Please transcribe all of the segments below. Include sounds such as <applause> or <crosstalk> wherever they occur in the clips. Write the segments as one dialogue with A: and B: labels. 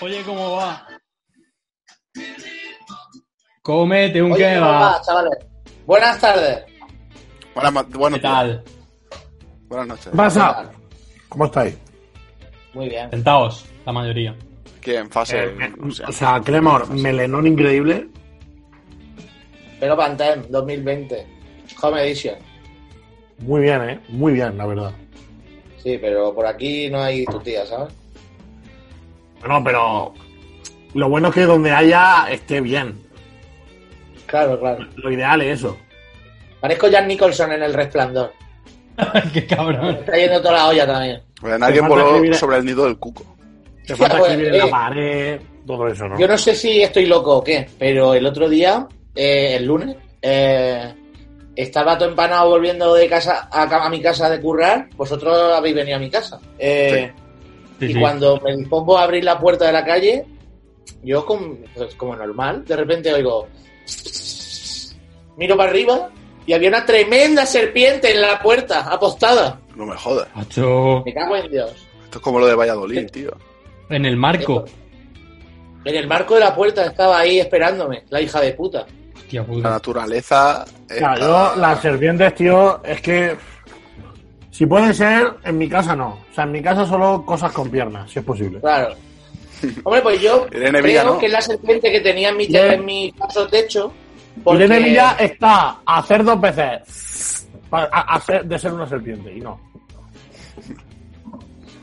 A: Oye, ¿cómo va? Cómete un
B: Oye, ¿cómo
A: kebab.
B: va, chavales? Buenas tardes.
C: Buenas, ma- buenos
A: ¿Qué tal?
C: días. Buenas noches.
D: ¿Qué pasa? ¿Cómo estáis?
B: Muy bien.
A: Sentaos, la mayoría. <laughs>
C: Que en fase.
D: Eh,
C: o sea,
D: O sea, Clemor, melenón increíble.
B: Pero Pantene 2020. Home Edition.
D: Muy bien, ¿eh? Muy bien, la verdad.
B: Sí, pero por aquí no hay tutía, ¿sabes?
D: No, pero lo bueno es que donde haya esté bien.
B: Claro, claro.
D: Lo ideal es eso.
B: Parezco Jan Nicholson en El Resplandor.
A: Qué cabrón.
B: Está yendo toda la olla también.
C: bueno, nadie
D: Te falta
C: voló
D: escribir-
C: sobre el nido del cuco.
D: Te falta
B: pues,
D: escribir en la
B: eh.
D: pared, todo eso, ¿no?
B: Yo no sé si estoy loco o qué, pero el otro día, eh, el lunes, eh, estaba todo empanado volviendo de casa a, ca- a mi casa de currar. Vosotros habéis venido a mi casa. Eh,
A: Sí,
B: y
A: sí.
B: cuando me dispongo a abrir la puerta de la calle, yo com- pues, como normal, de repente oigo... Miro para arriba y había una tremenda serpiente en la puerta, apostada.
C: No me jodas.
A: Macho,
B: Me cago en Dios.
C: Esto es como lo de Valladolid, tío.
A: en el marco.
B: En el marco de la puerta estaba ahí esperándome, la hija de puta.
A: Hostia
C: La
A: puta.
C: naturaleza.
D: O
C: está-
D: sea, yo, las serpientes, tío, es que. Si puede ser, en mi casa no. O sea, en mi casa solo cosas con piernas, si es posible.
B: Claro. Hombre, pues yo
C: <laughs> Irene
B: creo
C: Villa, ¿no?
B: que es la serpiente que tenía en mi, te-
D: Irene-
B: en mi caso techo.
D: Porque...
B: Porque
D: Irene Villa está a hacer dos veces pa- a- a hacer- de ser una serpiente, y no.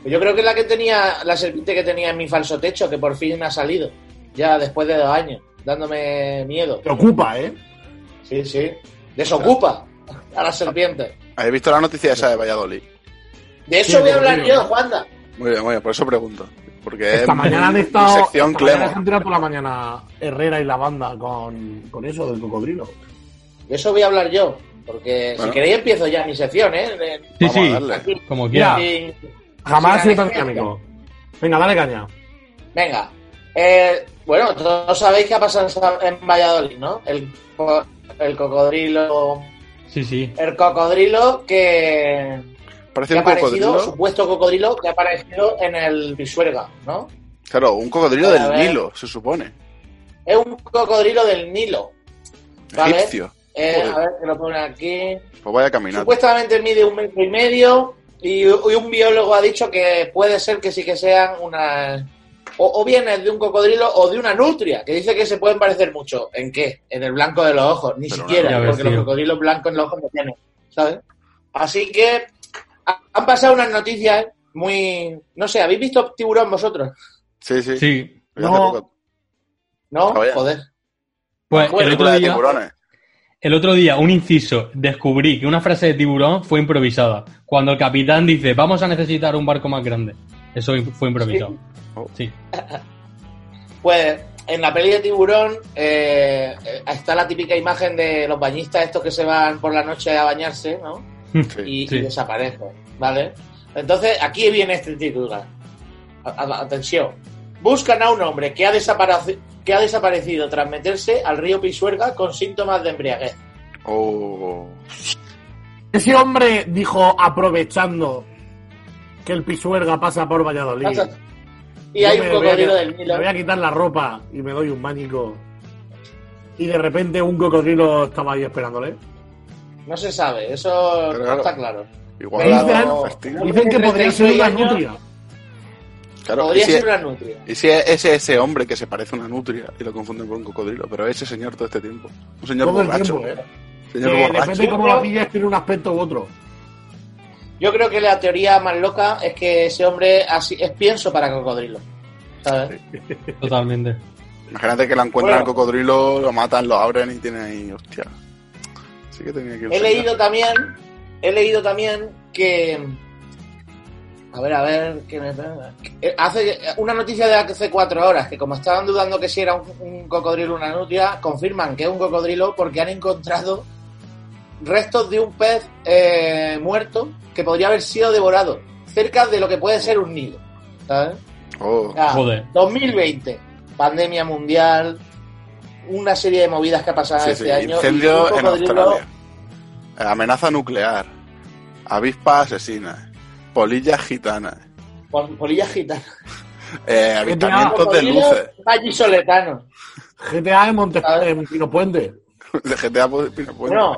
B: Yo creo que es la que tenía, la serpiente que tenía en mi falso techo, que por fin ha salido. Ya después de dos años, dándome miedo.
D: Te ocupa, ¿eh?
B: Sí, sí. Desocupa a la serpiente.
C: ¿Habéis visto la noticia esa de Valladolid?
B: De
D: Sí,
B: eso voy a
D: te lo
B: hablar
D: digo.
B: yo, Juanda.
C: Muy bien, muy bien, por eso pregunto. Porque
D: Esta
C: es
D: mañana han
C: Em, mi-
D: estado.
C: mi sección
D: esta mañana
C: Clemo.
D: se han tirado por la mañana Herrera y la banda con, con eso del cocodrilo.
B: De eso voy a hablar yo. Porque si
C: Bueno.
B: queréis empiezo ya mi sección, ¿eh? De-
A: Sí,
C: Vamos a
A: sí,
C: darle.
B: aquí.
A: como quieras.
B: Sin-
D: Jamás ha
B: sin
D: sido tan
B: anestesia.
D: dinámico. Venga, dale caña.
B: Venga. Eh, bueno, todos sabéis qué ha pasado en Sa- en Valladolid, ¿no? El, co- el cocodrilo.
A: Sí, sí.
B: El cocodrilo que,
C: Parece
B: que ha
C: un
B: aparecido,
C: cocodrilo.
B: supuesto cocodrilo que ha aparecido en el Pisuerga, ¿no?
C: Claro, un cocodrilo
B: A
C: del
B: ver.
C: Nilo, se supone.
B: Es un cocodrilo del Nilo. Vale.
C: Egipcio.
B: Eh,
C: Joder.
B: a ver, que lo ponen aquí.
C: Pues vaya caminando.
B: Supuestamente mide un metro y medio y, y un biólogo ha dicho que puede ser que sí que sean unas... O, o viene de un cocodrilo o de una nutria, que dice que se pueden parecer mucho. ¿En qué? En el blanco de los ojos. Ni
C: Pero
B: siquiera,
A: nada. Ya ves,
B: porque
A: tío.
B: los cocodrilos blancos en los ojos no tienen, ¿sabes? Así que ha- han pasado unas noticias muy... No sé, ¿habéis visto tiburón vosotros?
C: Sí, sí.
A: Sí.
C: Voy a
D: No.
C: hacer poco-
B: ¿No?
C: Ah, vaya.
B: Joder.
A: Pues el
C: película
A: otro
C: de
A: día,
C: tiburones.
A: el otro día, un inciso, descubrí que una frase de tiburón fue improvisada. Cuando el capitán dice, vamos a necesitar un barco más grande. Eso fue improvisado. Sí.
B: Pues en la peli de tiburón eh, eh, está la típica imagen de los bañistas estos que se van por la noche a bañarse, ¿no?
C: Sí.
B: y,
A: Sí.
B: y desaparece, ¿vale? Entonces, aquí viene este titular. A- a- Atención. Buscan a un hombre que ha, desapareci- que ha desaparecido tras meterse al río Pisuerga con síntomas de embriaguez.
C: Oh.
D: Ese hombre dijo, aprovechando que el pisuerga pasa por Valladolid.
B: Y hay
D: yo
B: un
D: me voy a
B: cocodrilo
D: qui-
B: del Nilo.
D: Me voy a quitar la ropa y me doy un mánico. Y de repente un cocodrilo estaba ahí esperándole.
B: No se sabe, eso
C: Pero
B: no
C: claro.
B: está claro.
C: Igual la-
D: dicen-
C: la festina.
B: Hombre,
D: Dicen que
B: de
D: podría
B: 36
D: ser una
B: años.
D: nutria.
C: Claro,
B: Podría
C: y si-
B: ser una nutria.
C: Y si es ese, ese hombre que se parece a una nutria y lo confunden con un cocodrilo, pero ese señor todo este tiempo. Un señor
D: Todo el
C: borracho.
D: tiempo, ¿eh?
C: Señor
D: Que
C: borracho.
D: depende cómo la pillas, tiene un aspecto u otro.
B: Yo creo que la teoría más loca es que ese hombre así es pienso para cocodrilo. ¿Sabes?
A: Totalmente.
C: Imagínate que la encuentran al
B: Bueno.
C: cocodrilo, lo matan, lo abren y tiene ahí, hostia. Sí que tenía que ir.
B: He leído también, he leído también que a ver, a ver, que me- que hace una noticia de hace cuatro horas que como estaban dudando que si era un, un cocodrilo o una nutria, confirman que es un cocodrilo porque han encontrado restos de un pez eh, muerto que podría haber sido devorado cerca de lo que puede ser un nido. ¿sabes?
C: Oh,
B: O sea,
A: Joder.
B: 2020, pandemia mundial, una serie de movidas que ha pasado
C: sí,
B: este
C: sí,
B: año. y un
C: Incendio en
B: cocodrilo-
C: Australia. Eh, Amenaza nuclear. Avispa asesina. Polillas gitanas.
B: Pol- Polillas gitanas.
C: Eh, avistamientos de luces. <laughs>
B: Vallisoletanos.
D: GTA en Monte
B: A ver.
D: en Pino Puente.
C: De GTA pues, Pino Puente.
B: Bueno,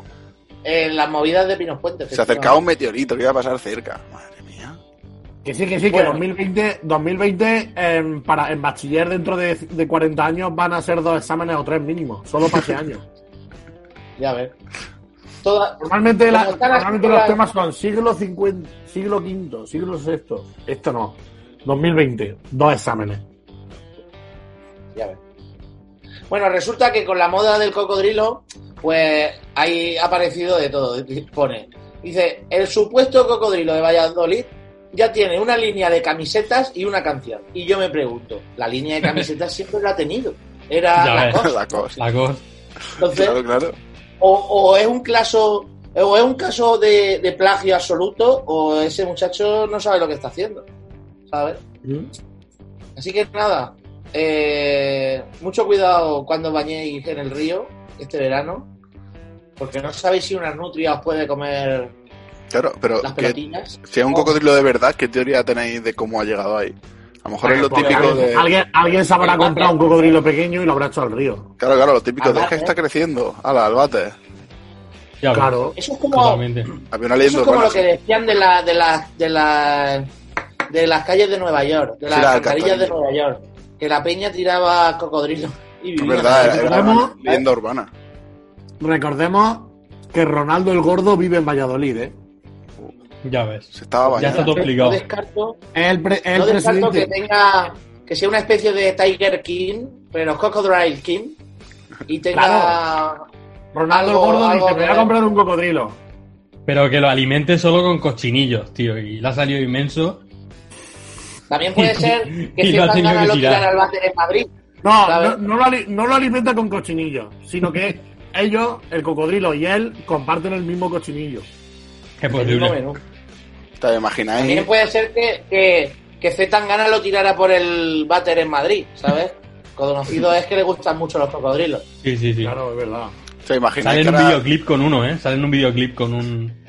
B: en las movidas de Pinos Puentes.
C: Se acercaba un meteorito que iba a pasar cerca. Madre mía.
D: Que sí, que sí,
B: Bueno.
D: que 2020, 2020 en, em, para, en bachiller dentro de, de 40 años van a ser dos exámenes o tres mínimos, solo para ese
B: <laughs>
D: año.
B: Ya ves. Toda...
D: Normalmente, la-
B: Como están las
D: normalmente los
B: cosas-
D: temas son siglo 50, siglo V, siglo VI. Esto no. 2020, dos exámenes.
B: Ya ves. Bueno, resulta que con la moda del cocodrilo, pues ahí ha aparecido de todo. Pone, dice, el supuesto cocodrilo de Valladolid ya tiene una línea de camisetas y una canción. Y yo me pregunto, la línea de camisetas <laughs> siempre la ha tenido. Era
A: Ya
B: la
A: ves.
B: cosa.
C: <laughs> La cosa.
A: La cosa.
B: Entonces,
C: Claro, claro.
B: o, o es un caso, o es un caso de, de plagio absoluto, o ese muchacho no sabe lo que está haciendo. ¿Sabes? Así que nada, eh, mucho cuidado cuando bañéis en el río este verano, porque no sabéis si una nutria os puede comer
C: Claro, pero
B: las
C: ¿qué-
B: pelotillas.
C: si es un cocodrilo de verdad, ¿qué teoría tenéis de cómo ha llegado ahí? A lo mejor es lo
D: Porque
C: típico
D: alguien,
C: de.
D: alguien, alguien se habrá
B: Además,
D: comprado un cocodrilo pequeño y lo habrá hecho al río.
C: Claro, claro, lo típico de
B: Al
C: es que
B: bate.
C: está creciendo. Ala, al bate.
A: Ya ves.
D: Claro.
B: Eso es como,
A: Totalmente.
C: Había una
B: eso
C: leyenda
B: es como
C: urbana,
B: lo que decían de, la, de, las de, la, de las calles de Nueva York, de las
C: Sí, la
B: alcantarillas de Nueva
C: alcantarilla.
B: York, que la peña tiraba cocodrilos y
C: Es
B: vivía. <laughs>
C: verdad, era, era una
D: Recordemos-
C: leyenda urbana.
D: Recordemos que Ronaldo el Gordo vive en Valladolid, ¿eh?
A: Ya ves.
C: Se estaba
A: Ya está
C: bañando.
A: todo
B: No
A: explicado.
B: descarto,
D: Es el, pre- es el
B: no descarto que
D: presidente.
B: tenga que sea una especie de Tiger King, pero Crocodile King, y tenga
D: Claro.
B: algo-
D: Ronaldo el Gordo
B: algo
D: dice, me voy a
B: que-
D: comprar un cocodrilo.
A: Pero que lo alimente solo con cochinillos, tío. Y le ha salido inmenso. <laughs>
B: También puede ser que
A: Y lo ha
B: ciertas
A: tenido
B: ganas
A: que
B: lo
A: tirar.
B: tiran al bate en Madrid.
D: No,
B: ¿Sabes?
D: no, no lo, ali- no lo alimenta con cochinillo, sino que ellos, el cocodrilo y él, comparten el mismo cochinillo.
A: Qué
B: El mismo
A: posible.
D: Eh.
B: menú.
C: ¿Te imagináis?
B: También puede ser que, que, que Z Tangana lo tirara por el váter en Madrid, ¿sabes? Conocido es que le gustan mucho los cocodrilos.
A: Sí, sí, sí.
D: Claro, es verdad.
C: ¿Te imagináis
A: Sale
C: que
A: en un
C: ahora-
A: videoclip con uno, ¿eh? Sale en un videoclip con un...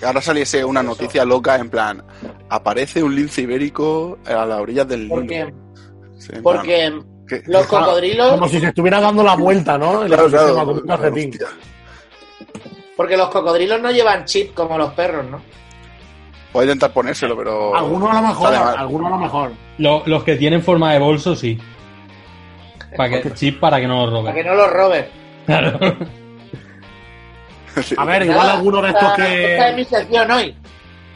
C: que ahora saliese una noticia loca en plan aparece un lince ibérico a las orillas del Nilo.
B: Porque,
C: Sí, en plan,
B: porque
C: ¿qué?
B: los
D: Claro, Como
B: cocodrilos,
D: si se estuviera dando la vuelta, ¿no? En la
C: Claro,
D: posición,
C: claro.
D: como un calcetín.
C: Hostia.
B: porque los cocodrilos no llevan chip como los perros, ¿no?
C: Voy a intentar ponérselo, pero.
D: Algunos a lo mejor,
C: Sale mal.
D: algunos a lo mejor.
A: Lo- los que tienen forma de bolso, sí. Para que, chip para que no lo
B: Para
A: roben.
B: que no los roben.
A: <laughs> Claro.
C: <laughs> Sí.
D: A ver, igual
B: Nada,
D: algunos de
B: esta-
D: estos
B: Esta es
D: que...
B: mi sección hoy.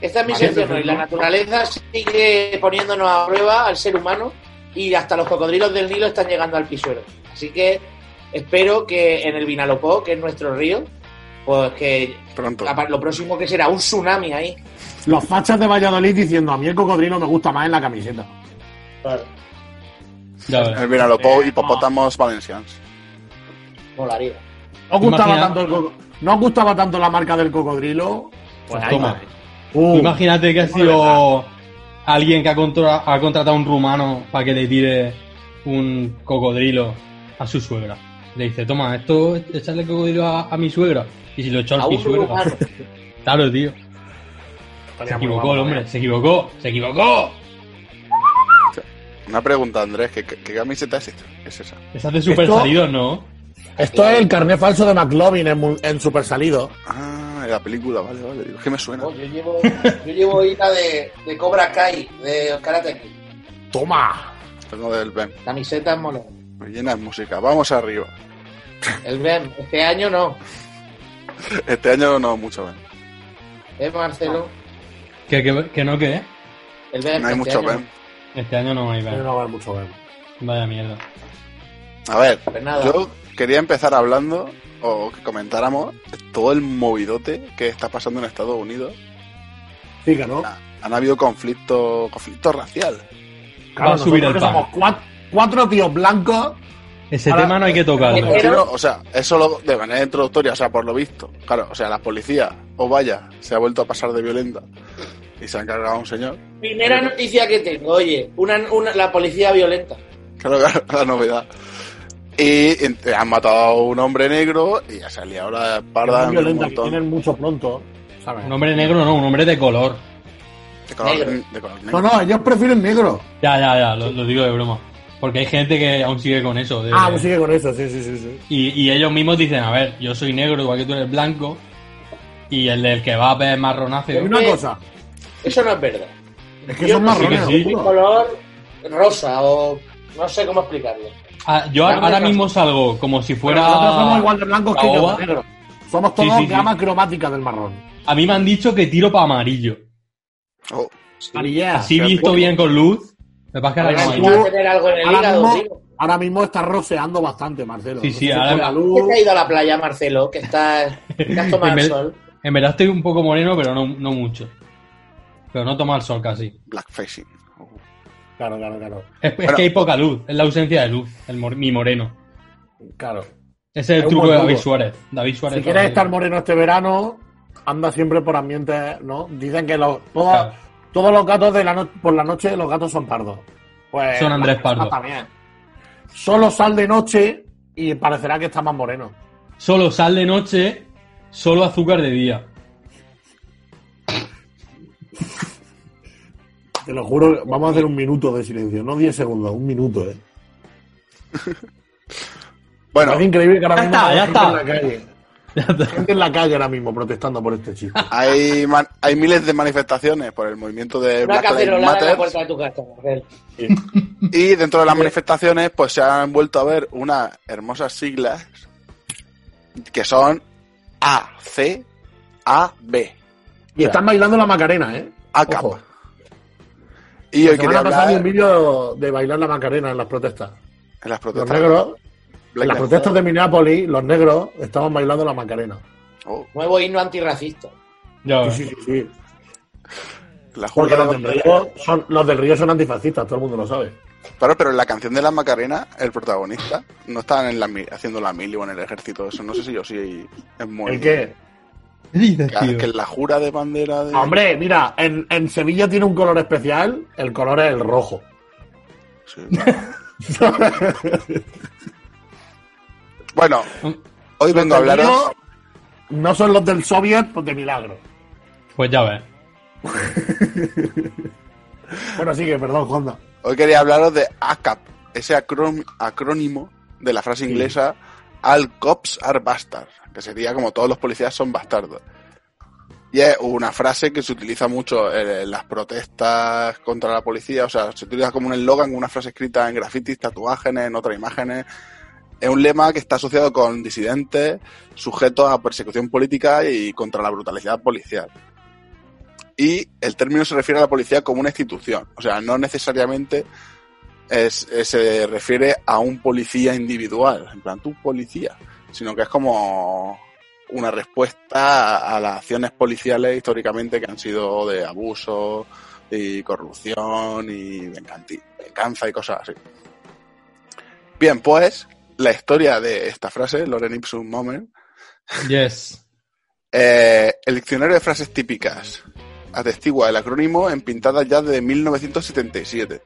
B: Esta es mi
D: Vale,
B: sección hoy. La
D: perfecto.
B: naturaleza sigue poniéndonos a prueba al ser humano y hasta los cocodrilos del Nilo están llegando al pisuero. Así que espero que en el Vinalopó, que es nuestro río, pues que
C: Pronto.
D: Pues-
B: apa- lo próximo que será un tsunami ahí.
D: Los fachas de Valladolid diciendo, a mí el cocodrilo me gusta más en la camiseta.
A: Ya ves.
C: El
B: Eh,
C: Vinalopó, hipopótamos valencians.
B: Molaría.
D: ¿No os gustaba,
A: Imagina-
D: tanto el coco- no os gustaba tanto la marca del cocodrilo?
A: Pues
D: ahí
A: toma.
B: eh.
D: va. Uh,
A: Tú Imagínate que ha sido alguien que ha, contra- ha contratado a un rumano para que le tire un cocodrilo a su suegra. Le dice, toma, esto, echarle cocodrilo a, a mi suegra. Y si lo echó
B: A
A: a mi
B: un
A: suegra.
D: <laughs>
B: rumano.
A: Claro, tío. Se
D: estaría muy
A: equivocó
D: guapo,
A: el
D: ¿eh?
A: hombre, se equivocó, se equivocó.
C: Una pregunta, Andrés, ¿qué, qué, qué camiseta es, esta? es esa?
A: Esa de super salidos, ¿no?
D: Esto es el carnet falso de McLovin en, mu- en Super Salido.
C: Ah, la película, vale, vale. Digo, ¿Qué me suena?
B: Yo llevo, yo llevo hoy la de, de Cobra Kai, de Karate Kid.
D: Toma.
C: Tengo del BEM.
B: Camisetas mola.
C: Me llena de música. Vamos arriba.
B: El BEM, este año no,
C: Este año no mucho BEM.
B: ¿eh, Marcelo?
A: Que, que, que no, que
B: El BEM,
C: No
B: este
C: hay mucho
B: año no.
C: BEM.
A: este año no hay
D: Pero
A: vale.
D: no va a haber mucho ver.
A: Vaya mierda.
C: A ver,
B: Pues nada.
C: yo quería empezar hablando o que comentáramos todo el movidote que está pasando en Estados Unidos.
D: Sí, que no.
C: Ha- Han habido conflictos, conflicto racial.
A: Va a subir
D: nosotros
A: el pan.
D: que Somos cuatro, cuatro tíos blancos.
A: Ese
D: Ahora- Eh,
A: tema no hay que
C: Me
A: tocarlo.
B: Pero-
C: refiero, o sea, eso lo- de manera introductoria, o sea, por lo visto. Claro, o sea, la policía, o vaya, se ha vuelto a pasar de violenta y se ha encargado a un señor.
B: Primera noticia que tengo, oye, una, una- la policía violenta.
C: Claro, claro, la novedad. Y en- han matado a un hombre negro y ha salido ahora
D: Muy
C: parda en un
D: violentos, que
C: montón.
D: eh. tienen mucho pronto. ¿sabes?
A: Un hombre negro no, un hombre de color.
C: De color,
B: Negro.
C: de color negro.
D: No, no, ellos prefieren negro.
A: Ya, ya, ya, lo, lo digo de broma. Porque hay gente que aún sigue con eso. de-
D: Ah, pues sigue con eso, sí, sí, sí. sí.
A: y, y ellos mismos dicen, a ver, yo soy negro igual que tú eres blanco. Y el del kebab es marronáceo.
D: Pero una
B: Eh,
D: cosa,
B: Eso no es verdad.
D: es que
B: yo
D: son
B: no sé
D: marrones.
A: que sí.
B: Un
D: oscuros.
B: color rosa o no sé cómo explicarlo.
A: Ah, yo
B: Dame
A: ahora
B: razón.
A: mismo salgo como si
D: Pero Nosotros somos igual
A: fuera...
D: de blancos que
A: la
D: ellos
A: boba.
D: de negro. Somos todos
A: Sí, sí, sí.
D: gama cromática del marrón.
A: A mí me han dicho que tiro para amarillo.
C: Oh,
D: Amarillea.
A: Así
D: pues-
A: visto bien con luz. Me pasa que ahora
B: Ahora
A: no
B: si
A: hay
D: tú-
A: luz.
B: vas a tener algo en el
D: Ahora
B: hígado,
D: mismo,
B: tío.
D: ahora mismo está roceando bastante, Marcelo.
A: Sí, sí,
D: No sé si
A: ahora-
D: por la luz.
B: ¿Por qué te has ido a la playa, Marcelo? Que está, que has tomado
A: Me-
B: el sol.
A: En verdad estoy un poco moreno, pero no, no mucho. Pero no toma el sol casi.
C: blackfacing. Oh.
D: Claro, claro, claro.
A: Es, es
C: Bueno.
A: que hay poca luz, es la ausencia de luz, el mor- mi moreno.
D: Claro.
A: Ese es
D: Es
A: el
D: un
A: truco
D: buen
A: de David
D: truco.
A: Suárez. David Suárez.
D: Si quieres
A: David-
D: estar moreno este verano, anda siempre por ambientes, ¿no? Dicen que los, todos,
A: Claro.
D: todos los gatos de la no- por la noche, los gatos son pardos. Pues,
A: Son Andrés
D: las personas
A: Pardo.
D: También. Solo sal de noche y parecerá que está más moreno.
A: Solo sal de noche, solo azúcar de día.
D: Te lo juro, vamos a hacer un minuto de silencio, no 10 segundos, un minuto, ¿eh?
C: Bueno,
D: es increíble que ahora
A: Ya
D: mismo
A: está,
D: hay
A: ya
D: gente
A: está.
D: en la
A: <laughs>
D: calle. Gente en la calle ahora mismo protestando por este chico.
C: hay, man- hay miles de manifestaciones por el movimiento de
B: Una
C: Black Lives
B: cacerolada en la
C: Matter.
B: puerta de tu casa, Marcelo.
C: Y dentro de las manifestaciones, pues se han vuelto a ver unas hermosas siglas que son A, C, A, B.
D: Y están bailando la Macarena, ¿eh?
A: Ah,
C: ACAP.
D: Ojo.
C: Y hoy
D: Se van
C: quería
D: a pasar
C: hablar
D: un vídeo de bailar la Macarena en las protestas.
C: en las
D: Los
C: protestas.
D: negros,
C: Black
D: en las
C: Lives-
D: protestas de Minneapolis, los negros estaban bailando la Macarena.
C: Oh,
B: Nuevo himno antirracista.
A: Ya
D: Sí,
A: ves.
D: sí, sí, sí.
C: la
D: Porque
C: Julia-
D: los del, río son, los del río son antifascistas, todo el mundo lo sabe.
C: Claro, pero en la canción de la Macarena, el protagonista, no está en la, mi- haciendo la mili o en el ejército. Eso no sé si yo sí es muy.
D: ¿El qué?
A: ¿Qué dices,
C: Que,
A: tío?
C: que la jura de bandera de.
D: Hombre, mira, en, en Sevilla tiene un color especial, el color es
C: <laughs>
D: el rojo.
C: Sí. bueno, hoy vengo a
D: Los del
C: hablaros.
D: río No son los del soviet, pues de milagro.
A: Pues ya ves.
D: Bueno, sigue, perdón, Honda.
C: Hoy quería hablaros de ACAP, ese acrón- acrónimo de la frase inglesa All cops are bastards, que sería como todos los policías son bastardos. Y es una frase que se utiliza mucho en las protestas contra la policía, o sea, se utiliza como un eslogan, una frase escrita en grafitis, tatuajes, en otras imágenes. Es un lema que está asociado con disidentes, sujetos a persecución política y contra la brutalidad policial y el término se refiere a la policía como una institución. O sea, no necesariamente es- eh, se refiere a un policía individual, en plan, tu policía, sino que es como una respuesta a, a las acciones policiales históricamente que han sido de abuso y corrupción y venganti- venganza y cosas así. Bien, pues la historia de esta frase, Loren Ipsum Moment,
A: Yes.
C: eh, el diccionario de frases típicas atestigua el acrónimo en pintadas ya de 1977,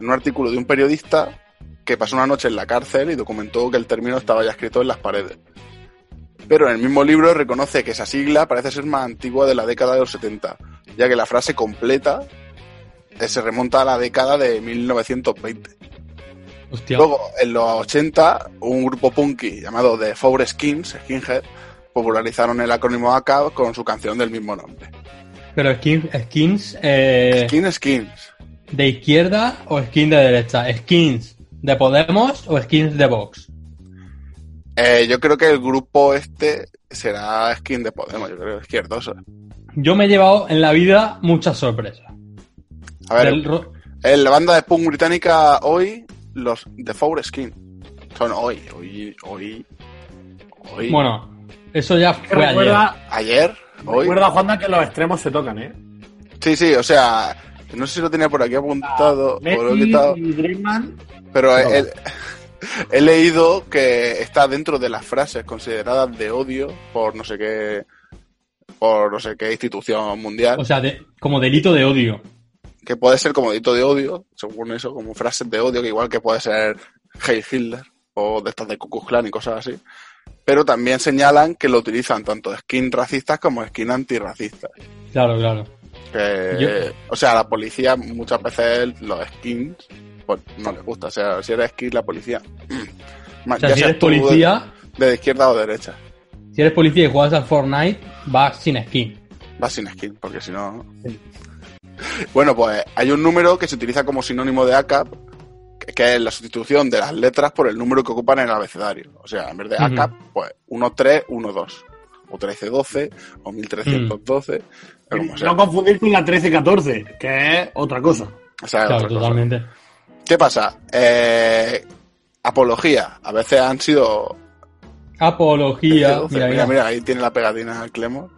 C: en un artículo de un periodista que pasó una noche en la cárcel y documentó que el término estaba ya escrito en las paredes. Pero en el mismo libro reconoce que esa sigla parece ser más antigua de la década de los 70, ya que la frase completa eh, se remonta a la década de 1920.
A: Hostia.
C: Luego, en los 80, un grupo punky llamado The Four Skins, Skinhead, popularizaron el acrónimo ACAB con su canción del mismo nombre.
A: Pero skin, skins eh,
C: Skin Skins.
A: de izquierda o skin de derecha. Skins de Podemos o skins de Vox.
C: Eh, yo creo que el grupo este será Skin de Podemos, yo creo, izquierdoso.
A: Yo me he llevado en la vida muchas sorpresas.
C: A ver,
A: Del ro-
C: en la banda de punk británica hoy, los The Four Skins. Son hoy, hoy, hoy, hoy.
A: Bueno, eso ya fue ayer.
D: Recuerda,
C: ayer, hoy.
D: recuerda, Juanda, que los extremos se tocan, ¿eh?
C: Sí, sí, o sea, no sé si lo tenía por aquí apuntado
A: Ah,
C: o lo he
D: Messi
C: quitado.
D: y Griezmann
C: Pero
D: No.
C: el- <laughs> he leído que está dentro de las frases consideradas de odio por no sé qué por no sé qué institución mundial,
A: O sea, de- como delito de odio.
C: que puede ser como delito de odio, según eso, como frases de odio, que igual que puede ser Heil Hitler o de estas de Ku Klux Klan y cosas así. Pero también señalan que lo utilizan tanto skin racistas como skin antirracistas.
A: Claro, claro.
C: Que,
A: Yo-
C: O sea, a la policía muchas veces los skins pues, no les gusta. O sea, si eres skin, la policía. <clears throat>
A: O sea, si eres policía,
C: De, de izquierda o derecha.
A: si eres policía y juegas al Fortnite, vas sin skin.
C: Vas sin skin, porque si no. Bueno, pues hay un número que se utiliza como sinónimo de ACAP, que- que es la sustitución de las letras por el número que ocupan en el abecedario. O sea, en vez de
A: Ujú.
C: ACAP, pues 1312, o 1312, o 1312,
A: Mm.
C: o como sea.
D: No confundir con la 13-14, que es otra cosa.
C: O sea, es
A: Claro,
C: otra cosa.
A: totalmente.
C: ¿Qué pasa? Eh, apología. A veces han sido. <laughs>
A: Apología.
C: 1312.
A: Mira,
C: mira,
A: mira.
C: mira, ahí tiene la pegatina al Clemo.